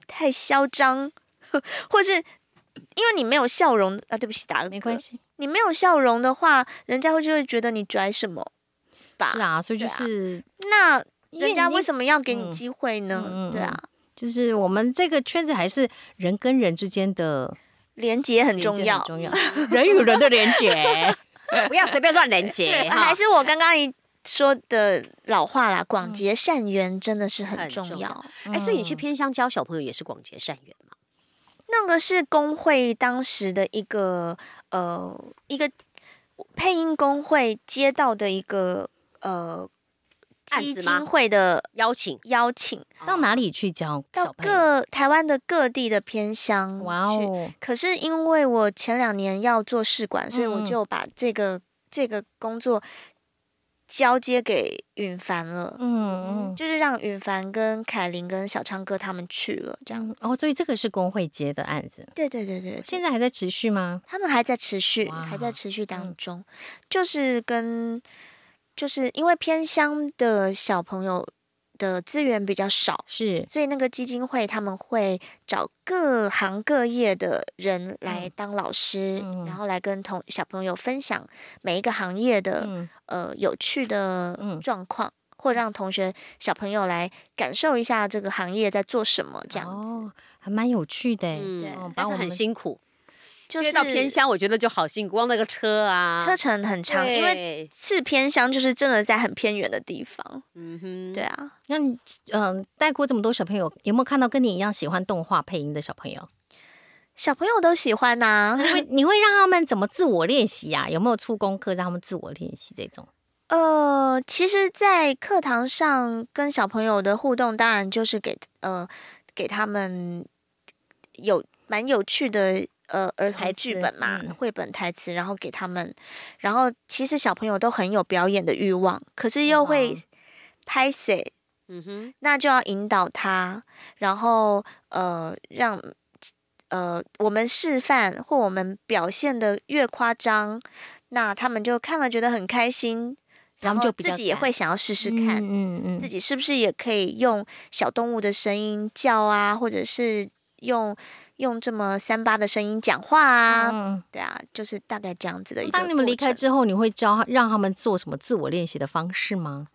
[SPEAKER 3] 太嚣张， 或是因为你没有笑容啊，对不起，打个
[SPEAKER 4] 没关
[SPEAKER 3] 系，
[SPEAKER 4] 系，
[SPEAKER 3] 你没有笑容的话，人家会就会觉得你拽什么吧？
[SPEAKER 4] 是啊，所以就
[SPEAKER 3] 对啊
[SPEAKER 4] 是、
[SPEAKER 3] 那
[SPEAKER 4] 因
[SPEAKER 3] 人家
[SPEAKER 4] 你
[SPEAKER 3] 为什么要给你
[SPEAKER 4] 嗯
[SPEAKER 3] 机会呢？
[SPEAKER 4] 嗯嗯
[SPEAKER 3] 对啊，
[SPEAKER 4] 就是我们这个圈子还是人跟人之间的
[SPEAKER 3] 廉洁很
[SPEAKER 4] 连
[SPEAKER 3] 重
[SPEAKER 4] 接
[SPEAKER 3] 要。
[SPEAKER 4] 重要人与人的连接。
[SPEAKER 5] 不要随便乱连接
[SPEAKER 3] 啊还
[SPEAKER 5] 哈。
[SPEAKER 3] 是
[SPEAKER 4] 哎
[SPEAKER 3] 我刚刚一说的老话啦，
[SPEAKER 4] 嗯
[SPEAKER 3] 广结善缘真的是很
[SPEAKER 5] 很
[SPEAKER 3] 重
[SPEAKER 5] 重
[SPEAKER 3] 要。
[SPEAKER 5] 要哎，所以
[SPEAKER 3] 嗯
[SPEAKER 5] 你去偏乡教小朋友也是广结善缘嘛？
[SPEAKER 3] 那个是工会当时的一个呃一个配音工会接到的一个呃
[SPEAKER 5] 案
[SPEAKER 3] 基
[SPEAKER 5] 子吗
[SPEAKER 3] 金会的
[SPEAKER 5] 邀请
[SPEAKER 3] 邀请，
[SPEAKER 4] 到哪里去教
[SPEAKER 3] 到
[SPEAKER 4] 小朋友？
[SPEAKER 3] 各台湾的各地的偏乡去。
[SPEAKER 4] 哇哦，
[SPEAKER 3] 可是因为我前两年要做试管，所以我
[SPEAKER 4] 嗯
[SPEAKER 3] 就把这个这个工作交接给允凡了。
[SPEAKER 4] 嗯嗯。
[SPEAKER 3] 就是让允凡跟凯琳跟小昌哥他们去了，这样。
[SPEAKER 4] 嗯哦，所以这个是工会接的案子，
[SPEAKER 3] 对对对对，对
[SPEAKER 4] 现在还在持续吗？
[SPEAKER 3] 他们还在持续，
[SPEAKER 4] 哇
[SPEAKER 3] 还在持续当
[SPEAKER 4] 嗯
[SPEAKER 3] 中，就是跟就是因为偏乡的小朋友的资源比较少，
[SPEAKER 4] 是，
[SPEAKER 3] 所以那个基金会他们会找各行各业的人来当老师，
[SPEAKER 4] 嗯
[SPEAKER 3] 然后来跟同小朋友分享每一个行业的、
[SPEAKER 4] 嗯，
[SPEAKER 3] 呃有趣的
[SPEAKER 4] 嗯
[SPEAKER 3] 状况。或让同学、小朋友来感受一下这个行业在做什么，这样子、
[SPEAKER 4] 哦，还蛮有趣的欸，
[SPEAKER 3] 对
[SPEAKER 5] 嗯，
[SPEAKER 4] 把
[SPEAKER 5] 但是
[SPEAKER 4] 我
[SPEAKER 5] 很
[SPEAKER 4] 们
[SPEAKER 5] 辛苦，
[SPEAKER 3] 就是
[SPEAKER 5] 越到偏乡，我觉得就好辛苦，光那个车啊，
[SPEAKER 3] 车程很长，因为
[SPEAKER 5] 为
[SPEAKER 3] 是偏乡，就是真的在很偏远的地方。
[SPEAKER 5] 嗯哼，
[SPEAKER 3] 对啊，
[SPEAKER 4] 那你嗯、带过这么多小朋友，有没有看到跟你一样喜欢动画配音的小朋友？
[SPEAKER 3] 小朋友都喜欢呐、
[SPEAKER 4] 你会你会让他们怎么自我练习啊？有没有出功课让他们自我练习这种？
[SPEAKER 3] 呃，其实，在课堂上跟小朋友的互动，当然就是给呃给他们有蛮有趣的呃儿童
[SPEAKER 4] 台
[SPEAKER 3] 剧
[SPEAKER 4] 词
[SPEAKER 3] 本嘛，
[SPEAKER 4] 嗯
[SPEAKER 3] 绘本台词，然后给他们，然后其实小朋友都很有表演的欲望，可是
[SPEAKER 4] 嗯
[SPEAKER 3] 又会拍谁，
[SPEAKER 5] 嗯哼，
[SPEAKER 3] 那就要引导他，然后呃，让呃我们示范或我们表现的越夸张，那他们就看了觉得很开心，
[SPEAKER 4] 他
[SPEAKER 3] 然
[SPEAKER 4] 们
[SPEAKER 3] 后
[SPEAKER 4] 就比
[SPEAKER 3] 自
[SPEAKER 4] 较
[SPEAKER 3] 己也
[SPEAKER 4] 敢
[SPEAKER 3] 会想要试试
[SPEAKER 4] 嗯
[SPEAKER 3] 看，
[SPEAKER 4] 嗯嗯
[SPEAKER 3] 自己是不是也可以用小动物的声音叫啊，或者是用用这么三八的声音讲话啊，
[SPEAKER 4] 嗯
[SPEAKER 3] 对啊，就是大概这样子的一
[SPEAKER 4] 嗯
[SPEAKER 3] 个。
[SPEAKER 4] 当你们离开，之后，你会教他让他们做什么自我练习的方式吗？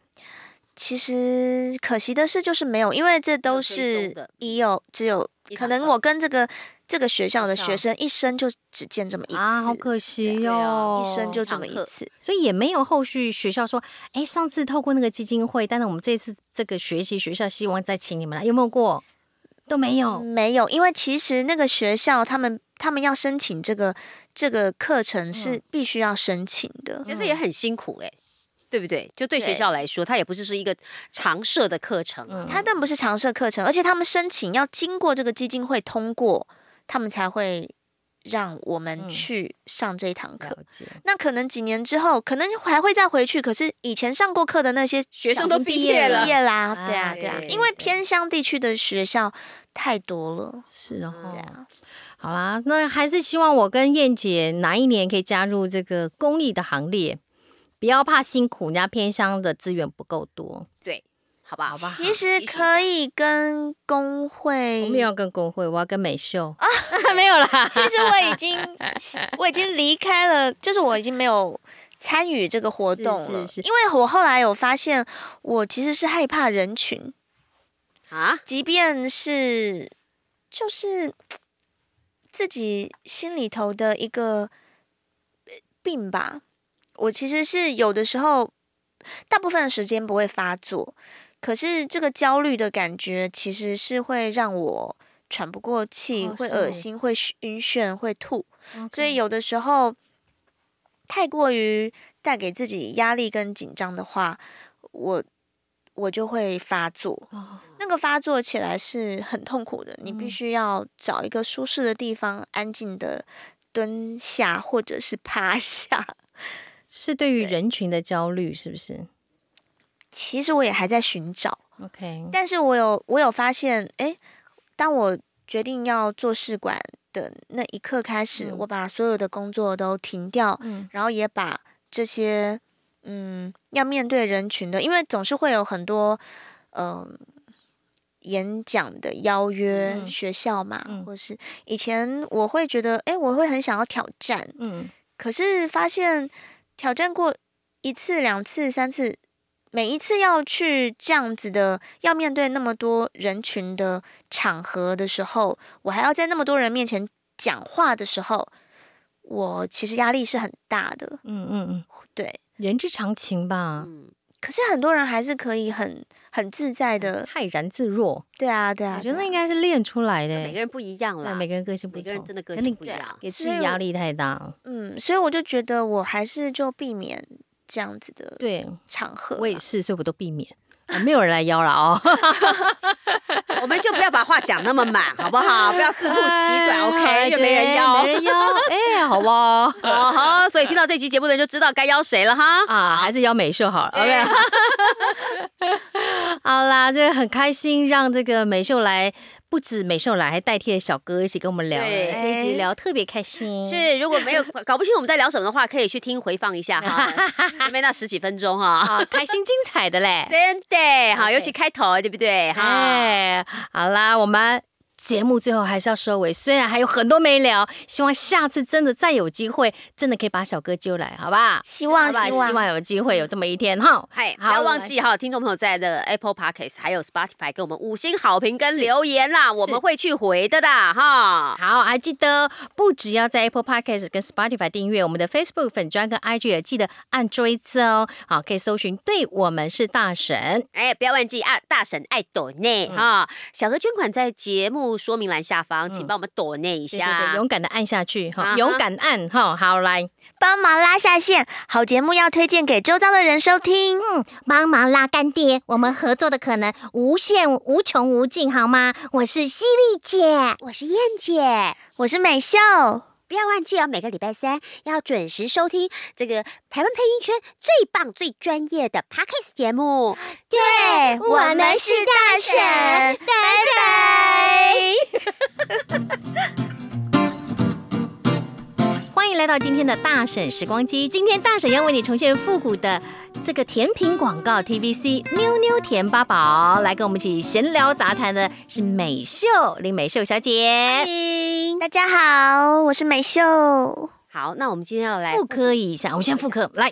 [SPEAKER 3] 其实可惜的是，就是没有，因为这
[SPEAKER 5] 没
[SPEAKER 3] 都
[SPEAKER 5] 有追踪
[SPEAKER 3] 是
[SPEAKER 5] 的
[SPEAKER 3] 一有只有
[SPEAKER 5] 一
[SPEAKER 3] 可
[SPEAKER 5] 堂
[SPEAKER 3] 能
[SPEAKER 5] 课
[SPEAKER 3] 我跟这个这个学校的
[SPEAKER 4] 学
[SPEAKER 3] 学
[SPEAKER 4] 校
[SPEAKER 3] 生一生就只见这么一次，
[SPEAKER 4] 啊，好可惜
[SPEAKER 5] 对
[SPEAKER 4] 哟、
[SPEAKER 5] 啊
[SPEAKER 4] 哦！
[SPEAKER 3] 一生就这
[SPEAKER 5] 堂
[SPEAKER 3] 么一
[SPEAKER 5] 课
[SPEAKER 3] 次。
[SPEAKER 4] 所以也没有后续学校说，哎，上次透过那个基金会，但是我们这次这个学习学校希望再请你们来，有没有过？都没有，
[SPEAKER 3] 没有，因为其实那个学校他们他们要申请这个这个课程是必须要申请的，
[SPEAKER 5] 其实也很辛苦哎，对不对？就对
[SPEAKER 3] 嗯对嗯
[SPEAKER 5] 学校来说，它也不是是一个常设的课程
[SPEAKER 4] 嗯
[SPEAKER 5] 啊，
[SPEAKER 3] 它但不是常设课程，而且他们申请要经过这个基金会通过，他们才会让我们
[SPEAKER 4] 嗯
[SPEAKER 3] 去上这一堂课。
[SPEAKER 4] 了解。
[SPEAKER 3] 那可能几年之后，可能还会再回去。可是以前上过课的那些
[SPEAKER 5] 学生
[SPEAKER 3] 小
[SPEAKER 5] 都
[SPEAKER 4] 毕
[SPEAKER 5] 毕
[SPEAKER 4] 业
[SPEAKER 5] 业
[SPEAKER 4] 了
[SPEAKER 5] 了
[SPEAKER 3] 毕，业啦，
[SPEAKER 4] 啊
[SPEAKER 3] 对啊，对啊，
[SPEAKER 5] 对
[SPEAKER 3] 因为偏乡地区的学校太多了。
[SPEAKER 4] 是哦，
[SPEAKER 3] 对啊，
[SPEAKER 4] 好啦，那还是希望我跟燕姐哪一年可以加入这个公益的行列，不要怕辛苦，人家偏乡的资源不够多。
[SPEAKER 5] 对，好不好？
[SPEAKER 4] 好吧
[SPEAKER 3] 其
[SPEAKER 5] 期
[SPEAKER 3] 实
[SPEAKER 5] 许一下
[SPEAKER 3] 可以跟工
[SPEAKER 4] 我
[SPEAKER 3] 会
[SPEAKER 4] 没有要跟工会，我要跟美秀啊，没有啦。
[SPEAKER 3] 其实我已 经我已经离开了，就是我已经没有参与这个活动了，
[SPEAKER 4] 是是是
[SPEAKER 3] 因为我后来有发现，我其实是害怕人群，
[SPEAKER 5] 啊，
[SPEAKER 3] 即便是就是自己心里头的一个呃病吧，我其实是有的时候大部分的时间不会发作，可是这个焦虑的感觉其实是会让我喘不过气，
[SPEAKER 4] 哦
[SPEAKER 3] 会
[SPEAKER 4] 是
[SPEAKER 3] 恶
[SPEAKER 4] 哦
[SPEAKER 3] 心，会晕眩，会吐。 所以
[SPEAKER 4] OK
[SPEAKER 3] 有的时候太过于带给自己压力跟紧张的话，我我就会发作。
[SPEAKER 4] 哦
[SPEAKER 3] 那个发作起来是很痛苦的，你必
[SPEAKER 4] 嗯
[SPEAKER 3] 须要找一个舒适的地方，安静的蹲下或者是趴下。
[SPEAKER 4] 是对于人群的焦虑，是不是
[SPEAKER 3] 其实我也还在寻找，
[SPEAKER 4] ？OK，
[SPEAKER 3] 但是我有我有发现，诶，当我决定要做试管的那一刻开始，
[SPEAKER 4] 嗯
[SPEAKER 3] 我把所有的工作都停掉，
[SPEAKER 4] 嗯
[SPEAKER 3] 然后也把这些嗯要面对人群的，因为总是会有很多嗯、演讲的邀约，
[SPEAKER 4] 嗯
[SPEAKER 3] 学校嘛，
[SPEAKER 4] 嗯
[SPEAKER 3] 或是以前我会觉得，诶，我会很想要挑战，
[SPEAKER 4] 嗯，
[SPEAKER 3] 可是发现挑战过一次、两次、三次，每一次要去这样子的，要面对那么多人群的场合的时候，我还要在那么多人面前讲话的时候，我其实压力是很大的。
[SPEAKER 4] 嗯嗯嗯，
[SPEAKER 3] 对，
[SPEAKER 4] 人之常情吧，
[SPEAKER 5] 嗯，
[SPEAKER 3] 可是很多人还是可以很很自在的，
[SPEAKER 4] 泰然自若，
[SPEAKER 3] 对啊，对
[SPEAKER 4] 嗯
[SPEAKER 3] 啊，
[SPEAKER 4] 我觉
[SPEAKER 3] 对
[SPEAKER 4] 得
[SPEAKER 3] 啊
[SPEAKER 4] 那应该是练出来
[SPEAKER 5] 每个
[SPEAKER 4] 的。
[SPEAKER 5] 人不一样
[SPEAKER 4] 对，
[SPEAKER 5] 啦，
[SPEAKER 4] 每个人个性不
[SPEAKER 5] 啊每
[SPEAKER 4] 同，
[SPEAKER 5] 个人真的个
[SPEAKER 4] 可能
[SPEAKER 5] 性不一
[SPEAKER 3] 对啊
[SPEAKER 5] 样。
[SPEAKER 4] 给自己
[SPEAKER 3] 所以
[SPEAKER 4] 压
[SPEAKER 3] 我
[SPEAKER 4] 力太大了。
[SPEAKER 3] 嗯，所以我就觉得我还是就避免这样子的
[SPEAKER 4] 对，
[SPEAKER 3] 场合啦。
[SPEAKER 4] 我也是，所以我都避免，啊没有人来邀了哦。
[SPEAKER 5] 我们就不要把话讲那么满，好不好？不要自曝其 短，OK？
[SPEAKER 4] 就
[SPEAKER 5] 就没人邀
[SPEAKER 4] 啊没。人邀，哎，好不好？
[SPEAKER 5] 哦吼，所以听到这期节目的人就知道该邀谁了哈。
[SPEAKER 4] 啊，还是邀美秀好了。OK，好啦，这个很开心，让这个美秀来，不止美秀来，还代替了小哥一起跟我们聊了。
[SPEAKER 5] 对
[SPEAKER 4] 这一集聊特别开心，
[SPEAKER 5] 是，如果 没有搞不清我们在聊什么的话，可以去听回放一下哈，前面那十几分钟 哈。
[SPEAKER 4] 啊，开心精彩的嘞。
[SPEAKER 5] 真的好，
[SPEAKER 4] OK
[SPEAKER 5] 尤其开头，对不对？哈，
[SPEAKER 4] 哎，好啦，我们节目最后还是要收尾，虽然还有很多没聊，希望下次真的再有机会，真的可以把小哥揪来，好吧？
[SPEAKER 3] 希望
[SPEAKER 4] 好吧，
[SPEAKER 3] 希
[SPEAKER 4] 希
[SPEAKER 3] 望
[SPEAKER 4] 望有机会有这么一天哈。
[SPEAKER 5] 嗨，不
[SPEAKER 4] 好
[SPEAKER 5] 要忘记哈，听众朋友在的 Apple Podcast 还有 Spotify 给我们五星好评跟留言啦，我们会去回的啦，哈。
[SPEAKER 4] 好，还记得不只要在 Apple Podcast 跟 Spotify 订阅我们的 Facebook 粉专跟 IG，也记得按追踪哦。好，可以搜寻“对我们是大神
[SPEAKER 5] 哎，不要忘记啊，大神爱朵内
[SPEAKER 4] 嗯
[SPEAKER 5] 哈，小额捐款在节目说明栏下方，请帮我们朵内一”，
[SPEAKER 4] 嗯对对
[SPEAKER 5] 下
[SPEAKER 4] 对，。勇敢的按下去
[SPEAKER 5] 啊
[SPEAKER 4] 哈，
[SPEAKER 5] 哈
[SPEAKER 4] 勇敢按哈。好，来，
[SPEAKER 3] 帮忙拉下线，好节目要推荐给周遭的人收听。
[SPEAKER 6] 嗯帮忙拉干爹，我们合作的可能无限无穷无尽，好吗？我是犀利姐，
[SPEAKER 1] 我是燕姐，
[SPEAKER 3] 我是美秀，
[SPEAKER 1] 不要忘记哦，每个礼拜三要准时收听这个台湾配音圈最棒、最专业的 Podcast 节目。
[SPEAKER 3] 对，
[SPEAKER 6] 我们是
[SPEAKER 3] 大
[SPEAKER 6] 神
[SPEAKER 3] 拜拜。
[SPEAKER 4] 欢迎来到今天的大婶时光机。今天大婶要为你重现复古的这个甜品广告 TVC 妞妞甜八宝，来跟我们一起闲聊杂谈的是美秀林美秀小姐。
[SPEAKER 3] 大家好，我是美秀。
[SPEAKER 5] 好，那我们今天要来
[SPEAKER 4] 复刻一下，我们先复刻来。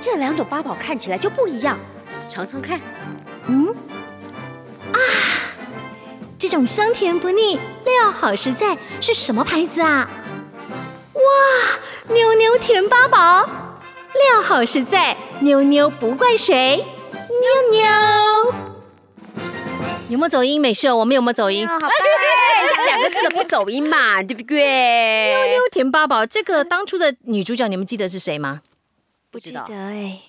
[SPEAKER 5] 这两种八宝看起来就不一样，尝尝看。
[SPEAKER 6] 这种香甜不腻，料好实在，是什么牌子啊？哇，妞妞甜八宝，料好实在，妞妞不怪谁，妞妞。
[SPEAKER 4] 有没有走音？美秀，我们有没有
[SPEAKER 6] 哎
[SPEAKER 4] 走音？
[SPEAKER 3] 哦好棒，
[SPEAKER 5] 它两个字的不走音嘛，对不对？
[SPEAKER 4] 甜八宝这个当初的女主角，你们记得是谁吗？
[SPEAKER 5] 不知道
[SPEAKER 3] 记得哎，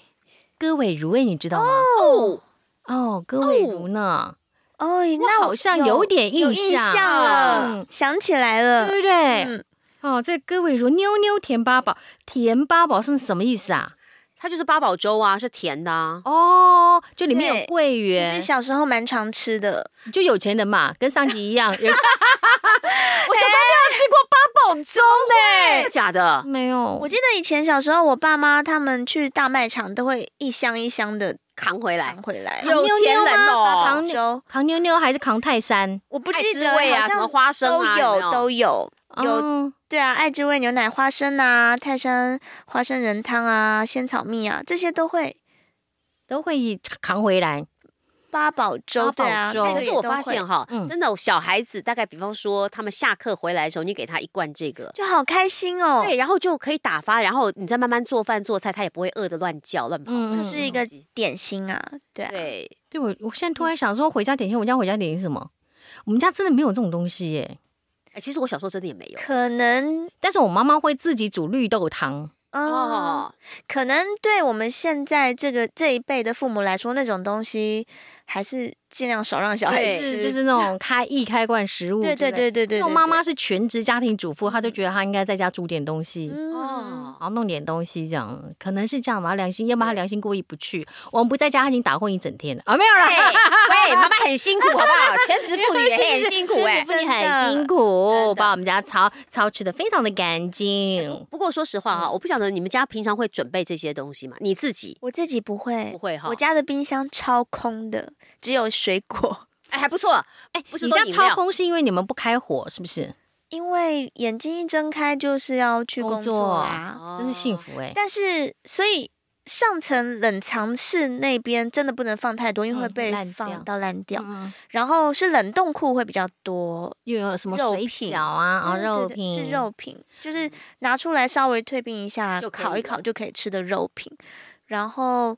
[SPEAKER 4] 歌伟如哎，你知道吗？
[SPEAKER 5] 哦，
[SPEAKER 4] 哦，歌伟如呢？
[SPEAKER 3] 哦，那
[SPEAKER 4] 那
[SPEAKER 3] 我
[SPEAKER 4] 好像有点
[SPEAKER 3] 有
[SPEAKER 4] 印
[SPEAKER 3] 印象了，
[SPEAKER 4] 嗯
[SPEAKER 3] 想起来了
[SPEAKER 4] 对。不对
[SPEAKER 3] 嗯？
[SPEAKER 4] 哦，这歌伟如妞妞甜八宝，甜八宝是什么意思啊？
[SPEAKER 5] 它就是八宝粥啊，是甜的啊。
[SPEAKER 4] 哦，就里面有
[SPEAKER 3] 对
[SPEAKER 4] 桂
[SPEAKER 3] 其
[SPEAKER 4] 圆
[SPEAKER 3] 实，小时候蛮常吃的，
[SPEAKER 4] 就有钱人嘛，跟上集一样。有我小时 候没有吃过八宝
[SPEAKER 5] 真的假的
[SPEAKER 4] 粥呢，？没有
[SPEAKER 3] 我。记得以前小时候，我爸妈他们去大卖场都会一箱一箱的
[SPEAKER 5] 扛回来
[SPEAKER 3] 扛，回来。
[SPEAKER 5] 有钱人
[SPEAKER 4] 啊
[SPEAKER 5] 哦，
[SPEAKER 4] 扛
[SPEAKER 3] 粥
[SPEAKER 4] 扛妞妞还是扛泰山？
[SPEAKER 3] 我不
[SPEAKER 5] 爱
[SPEAKER 3] 记
[SPEAKER 5] 之
[SPEAKER 3] 得
[SPEAKER 5] 味啊
[SPEAKER 3] 好像
[SPEAKER 5] 什么花生啊有
[SPEAKER 3] 都
[SPEAKER 5] 没有
[SPEAKER 3] 有都有。有
[SPEAKER 4] 哦
[SPEAKER 3] 对啊，爱之味牛奶、花生啊、泰山花生仁汤啊、仙草蜜啊，这些都会。
[SPEAKER 4] 都会扛回来。
[SPEAKER 3] 八宝粥，
[SPEAKER 4] 八宝
[SPEAKER 3] 对啊，
[SPEAKER 4] 粥
[SPEAKER 3] 那
[SPEAKER 5] 哎
[SPEAKER 3] 个
[SPEAKER 5] 可是
[SPEAKER 3] 也
[SPEAKER 5] 我
[SPEAKER 3] 都
[SPEAKER 5] 发
[SPEAKER 3] 会
[SPEAKER 5] 现哈
[SPEAKER 4] 嗯，
[SPEAKER 5] 真的小孩子大概比方说他们下课回来的时候，你给他一罐这个。
[SPEAKER 3] 就好开心哦，
[SPEAKER 5] 对，然后就可以打发，然后你再慢慢做饭做菜，他也不会饿得乱叫乱跑。
[SPEAKER 4] 嗯，
[SPEAKER 3] 就是一个点心啊，对啊，
[SPEAKER 5] 对，
[SPEAKER 4] 对我，我现在突
[SPEAKER 3] 嗯
[SPEAKER 4] 然想说，回家点心，我家回家点心是什么？我们家真的没有这种东西耶。
[SPEAKER 5] 哎，其实我小时候真的也没有。
[SPEAKER 3] 可能
[SPEAKER 4] 但是我妈妈会自己煮绿豆汤，
[SPEAKER 3] 哦
[SPEAKER 5] 哦，，
[SPEAKER 3] 可能对我们现在这个这一辈的父母来说，那种东西还是尽量少让小孩
[SPEAKER 5] 对
[SPEAKER 3] 吃，
[SPEAKER 4] 是就是那种开易开罐食物。
[SPEAKER 3] 对
[SPEAKER 4] 对
[SPEAKER 3] 对
[SPEAKER 4] 不
[SPEAKER 3] 对对对，嗯
[SPEAKER 4] 因为我妈妈是全职家庭主妇，她就觉得她应该在家煮点东西。
[SPEAKER 5] 哦，
[SPEAKER 4] 然后弄点东西，这样可能是这样吧。良心，要不然她良心过意不去。我们不在家，她已经打混一整天了啊，没有啦。
[SPEAKER 5] 喂，妈妈很辛苦，好不好？全职妇女也很辛苦哎、
[SPEAKER 4] 妇女
[SPEAKER 3] 真的
[SPEAKER 4] 很辛苦，把我们家操操持的非常的干净。
[SPEAKER 5] 不过说实话哈，啊我不晓得你们家平常会准备这些东西吗？你自己
[SPEAKER 3] 我自己哎不会，
[SPEAKER 5] 不会哈
[SPEAKER 3] 我家的冰箱超空的，只有水果，
[SPEAKER 5] 哎还不错，
[SPEAKER 4] 哎，
[SPEAKER 5] 不是
[SPEAKER 4] 你
[SPEAKER 5] 都
[SPEAKER 4] 家
[SPEAKER 5] 饮料
[SPEAKER 4] 超空是因为你们不开火，是不是？
[SPEAKER 3] 因为眼睛一睁开就是要去
[SPEAKER 4] 工
[SPEAKER 3] 工作
[SPEAKER 4] 作
[SPEAKER 3] 啊，
[SPEAKER 5] 哦
[SPEAKER 4] 真是幸福哎、
[SPEAKER 3] 但是所以。上层冷藏室那边真的不能放太多，因为会
[SPEAKER 4] 嗯
[SPEAKER 3] 被
[SPEAKER 4] 烂掉
[SPEAKER 3] 放到烂掉。
[SPEAKER 4] 嗯，
[SPEAKER 3] 然后是冷冻库会比较多，
[SPEAKER 4] 又有什么
[SPEAKER 3] 肉
[SPEAKER 4] 水
[SPEAKER 3] 品
[SPEAKER 4] 饺啊，
[SPEAKER 5] 嗯
[SPEAKER 4] 啊
[SPEAKER 3] 对
[SPEAKER 4] 肉
[SPEAKER 3] 对对
[SPEAKER 4] 品嗯
[SPEAKER 3] 是肉品，就是拿出来稍微退冰一下，
[SPEAKER 5] 就可以
[SPEAKER 3] 烤一
[SPEAKER 5] 了
[SPEAKER 3] 烤就可以吃的肉品。然后，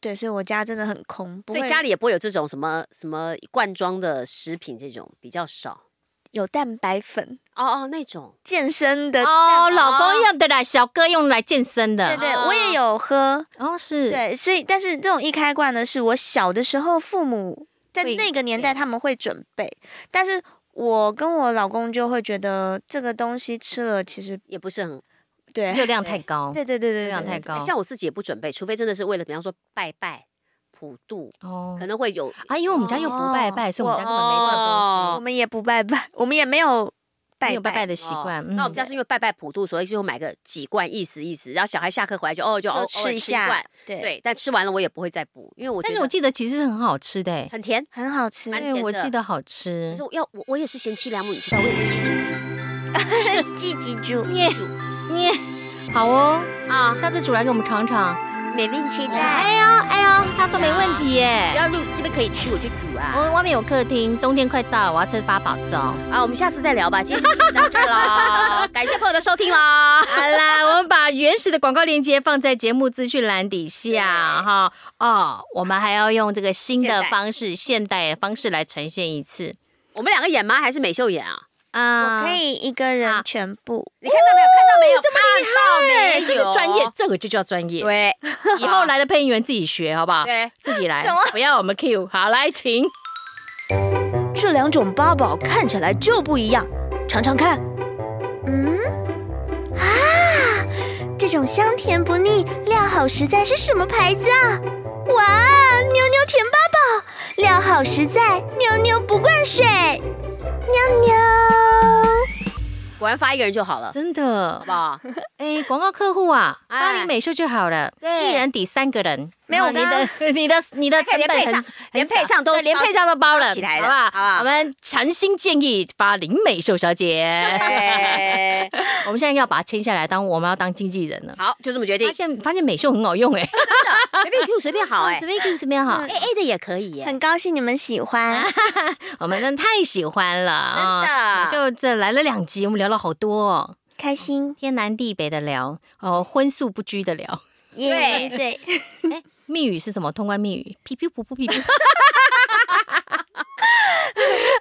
[SPEAKER 3] 对，所以我家真的很空，不
[SPEAKER 5] 所以
[SPEAKER 3] 会
[SPEAKER 5] 家里也不会有这种什么什么罐装的食品，这种比较少。
[SPEAKER 3] 有蛋白粉，
[SPEAKER 5] 哦哦，那种
[SPEAKER 3] 健身的
[SPEAKER 4] 哦，老公用的啦，小哥用来健身
[SPEAKER 3] 对
[SPEAKER 4] 的
[SPEAKER 3] 对，我也有喝，
[SPEAKER 4] 哦是，
[SPEAKER 3] 对，所以但是这种一开罐呢，是我小的时候父母在
[SPEAKER 4] 会
[SPEAKER 3] 那个年代他们会准备，但是我跟我老公就会觉得这个东西吃了其实
[SPEAKER 5] 也不是很，哎
[SPEAKER 3] 对，
[SPEAKER 4] 热量太高，
[SPEAKER 3] 对对对对
[SPEAKER 4] 热
[SPEAKER 3] 对，
[SPEAKER 4] 量太
[SPEAKER 3] 对
[SPEAKER 4] 高，
[SPEAKER 5] 像我自己也不准备，除非真的是为了比方说拜拜、普渡，
[SPEAKER 4] 哦
[SPEAKER 5] 可能会有
[SPEAKER 4] 啊，因为我们家又不拜拜，所以我们家根本没这种东
[SPEAKER 3] 我
[SPEAKER 5] 哦
[SPEAKER 3] 们也不拜拜，我们也没有拜
[SPEAKER 4] 西，没有拜拜的习惯。嗯
[SPEAKER 5] 哦那我们家是因为拜拜普渡，所以就买个几罐意思意思，然后小孩下课回来就哦就偶
[SPEAKER 3] 就
[SPEAKER 5] 偶尔
[SPEAKER 3] 吃一
[SPEAKER 5] 吃一
[SPEAKER 3] 下
[SPEAKER 5] 罐，，
[SPEAKER 3] 对，
[SPEAKER 5] 对，但吃完了我也不会再补，因为我
[SPEAKER 4] 但
[SPEAKER 5] 觉
[SPEAKER 4] 是我
[SPEAKER 5] 得
[SPEAKER 4] 记得其实是很好吃的欸，
[SPEAKER 5] 很甜。
[SPEAKER 3] 很好吃。
[SPEAKER 5] 蛮
[SPEAKER 4] 对，
[SPEAKER 5] 甜
[SPEAKER 4] 我
[SPEAKER 5] 的
[SPEAKER 4] 记得好吃
[SPEAKER 5] 可是。我要我我也是贤妻良母，你知道我也是贤妻
[SPEAKER 3] 记记住，
[SPEAKER 4] 耶耶，好哦，
[SPEAKER 5] 啊，
[SPEAKER 4] 下次煮来给我们尝尝。
[SPEAKER 3] 美味期待。
[SPEAKER 4] 哎呦哎呦，他说没问题
[SPEAKER 5] 只
[SPEAKER 4] 耶。
[SPEAKER 5] 要路这边可以吃我就煮啊。
[SPEAKER 4] 我外面有客厅，冬天快到了，我要吃八宝粥。
[SPEAKER 5] 啊，我们下次再聊吧，今 天就到这儿啦，感谢朋友的收听啦。
[SPEAKER 4] 好 啦，我们把原始的广告链接放在节目资讯栏底下哈。哦，我们还要用这个新
[SPEAKER 5] 现
[SPEAKER 4] 的
[SPEAKER 5] 代
[SPEAKER 4] 方式，现代的方式来呈现一次
[SPEAKER 5] 我们两个演吗？还是美秀演啊？
[SPEAKER 4] 啊
[SPEAKER 3] 我可以一个人全部，
[SPEAKER 5] 你看到没有？看到没有？
[SPEAKER 4] 这
[SPEAKER 5] 看到没
[SPEAKER 4] 哎
[SPEAKER 5] 有？
[SPEAKER 4] 这个专业，这个就叫专业。
[SPEAKER 5] 对
[SPEAKER 4] 以后来的配音员自己学好不好？
[SPEAKER 5] 对，
[SPEAKER 4] 自己 来，不要我们 Q。好，来，请。
[SPEAKER 3] 这两种八宝看起来就不一样，尝尝看。嗯，啊，这种香甜不腻、料好实在是什么牌子啊？哇，妞妞甜八宝，料好实在，妞妞不灌水，妞妞。
[SPEAKER 5] 果然发一个人就好了，
[SPEAKER 4] 真
[SPEAKER 5] 好
[SPEAKER 4] 的
[SPEAKER 5] 不， 好？
[SPEAKER 4] 哎，广告客户啊，
[SPEAKER 5] 哎
[SPEAKER 4] 巴黎美秀就好了，
[SPEAKER 5] 对
[SPEAKER 4] 一人抵三个人，
[SPEAKER 3] 没有
[SPEAKER 4] 啊
[SPEAKER 3] 我
[SPEAKER 4] 你
[SPEAKER 3] 刚刚
[SPEAKER 4] 的、 你的、你的成
[SPEAKER 5] 连
[SPEAKER 4] 本
[SPEAKER 5] 配
[SPEAKER 4] 很
[SPEAKER 5] 上，连
[SPEAKER 4] 很少
[SPEAKER 5] 配上都
[SPEAKER 4] 对连
[SPEAKER 5] 包
[SPEAKER 4] 配上都包了，
[SPEAKER 5] 起来
[SPEAKER 4] 好
[SPEAKER 5] 了
[SPEAKER 4] 不好？
[SPEAKER 5] 好不好
[SPEAKER 4] 我们诚心建议巴黎美秀 小姐，
[SPEAKER 5] 哎
[SPEAKER 4] 我们现在要把它签下来，当我们要当经纪人了。
[SPEAKER 5] 好，就这么决定
[SPEAKER 4] 发。现发现美秀很 好用哎，
[SPEAKER 5] 随便 Q 随便好 哎
[SPEAKER 4] 随便跟随便好，
[SPEAKER 5] ，A A 的也可以耶。
[SPEAKER 3] 很高兴你们喜 欢，
[SPEAKER 4] 我们真的太喜欢了啊！
[SPEAKER 5] 真的
[SPEAKER 4] 美秀这来了两集，我们聊了好多哦，
[SPEAKER 3] 开心
[SPEAKER 4] 天南地北的聊，哦，荤素不拘的聊。
[SPEAKER 3] 耶！对，
[SPEAKER 4] 密语是什么？通关密语，皮皮噗噗皮皮。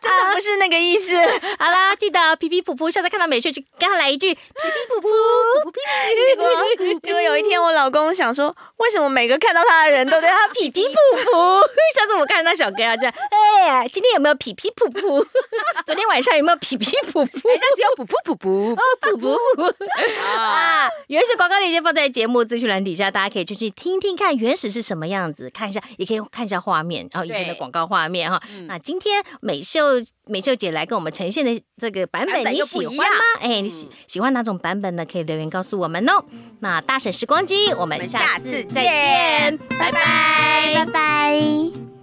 [SPEAKER 3] 真的不是那个意思。
[SPEAKER 4] 好啦，记得皮皮噗噗，下次看到美秀就跟他来一句皮皮噗噗噗
[SPEAKER 3] 结果 结果有一天，我老公想说，为什么每个看到他的人都对他屁屁
[SPEAKER 4] 噗噗。 下次我看到小哥要这样，哎呀，今天有没有皮皮噗噗？ 昨天晚上有没有皮皮噗噗？
[SPEAKER 5] 那只有补补补补
[SPEAKER 4] 噗噗噗
[SPEAKER 5] 啊！
[SPEAKER 4] 啊！原始广告链接放在节目资讯栏底下，大家可以就去听听看原始哦是什么样子，看一下，也可以看一下画面，然后以前的
[SPEAKER 5] 对
[SPEAKER 4] 广告画面哈。
[SPEAKER 5] 嗯
[SPEAKER 4] 那今天美秀美秀姐来跟我们呈现的这个版
[SPEAKER 5] 版
[SPEAKER 4] 本，
[SPEAKER 5] 本
[SPEAKER 4] 你
[SPEAKER 5] 又不
[SPEAKER 4] 喜
[SPEAKER 5] 一
[SPEAKER 4] 欢
[SPEAKER 5] 样
[SPEAKER 4] 吗？哎，你喜
[SPEAKER 5] 嗯
[SPEAKER 4] 喜欢哪种版本呢？可以留言告诉我们哦。那大婶时光机，我
[SPEAKER 5] 我
[SPEAKER 4] 们
[SPEAKER 5] 们
[SPEAKER 4] 下
[SPEAKER 5] 下
[SPEAKER 4] 次
[SPEAKER 5] 次
[SPEAKER 4] 再
[SPEAKER 5] 见
[SPEAKER 4] 见，拜拜
[SPEAKER 3] 拜拜。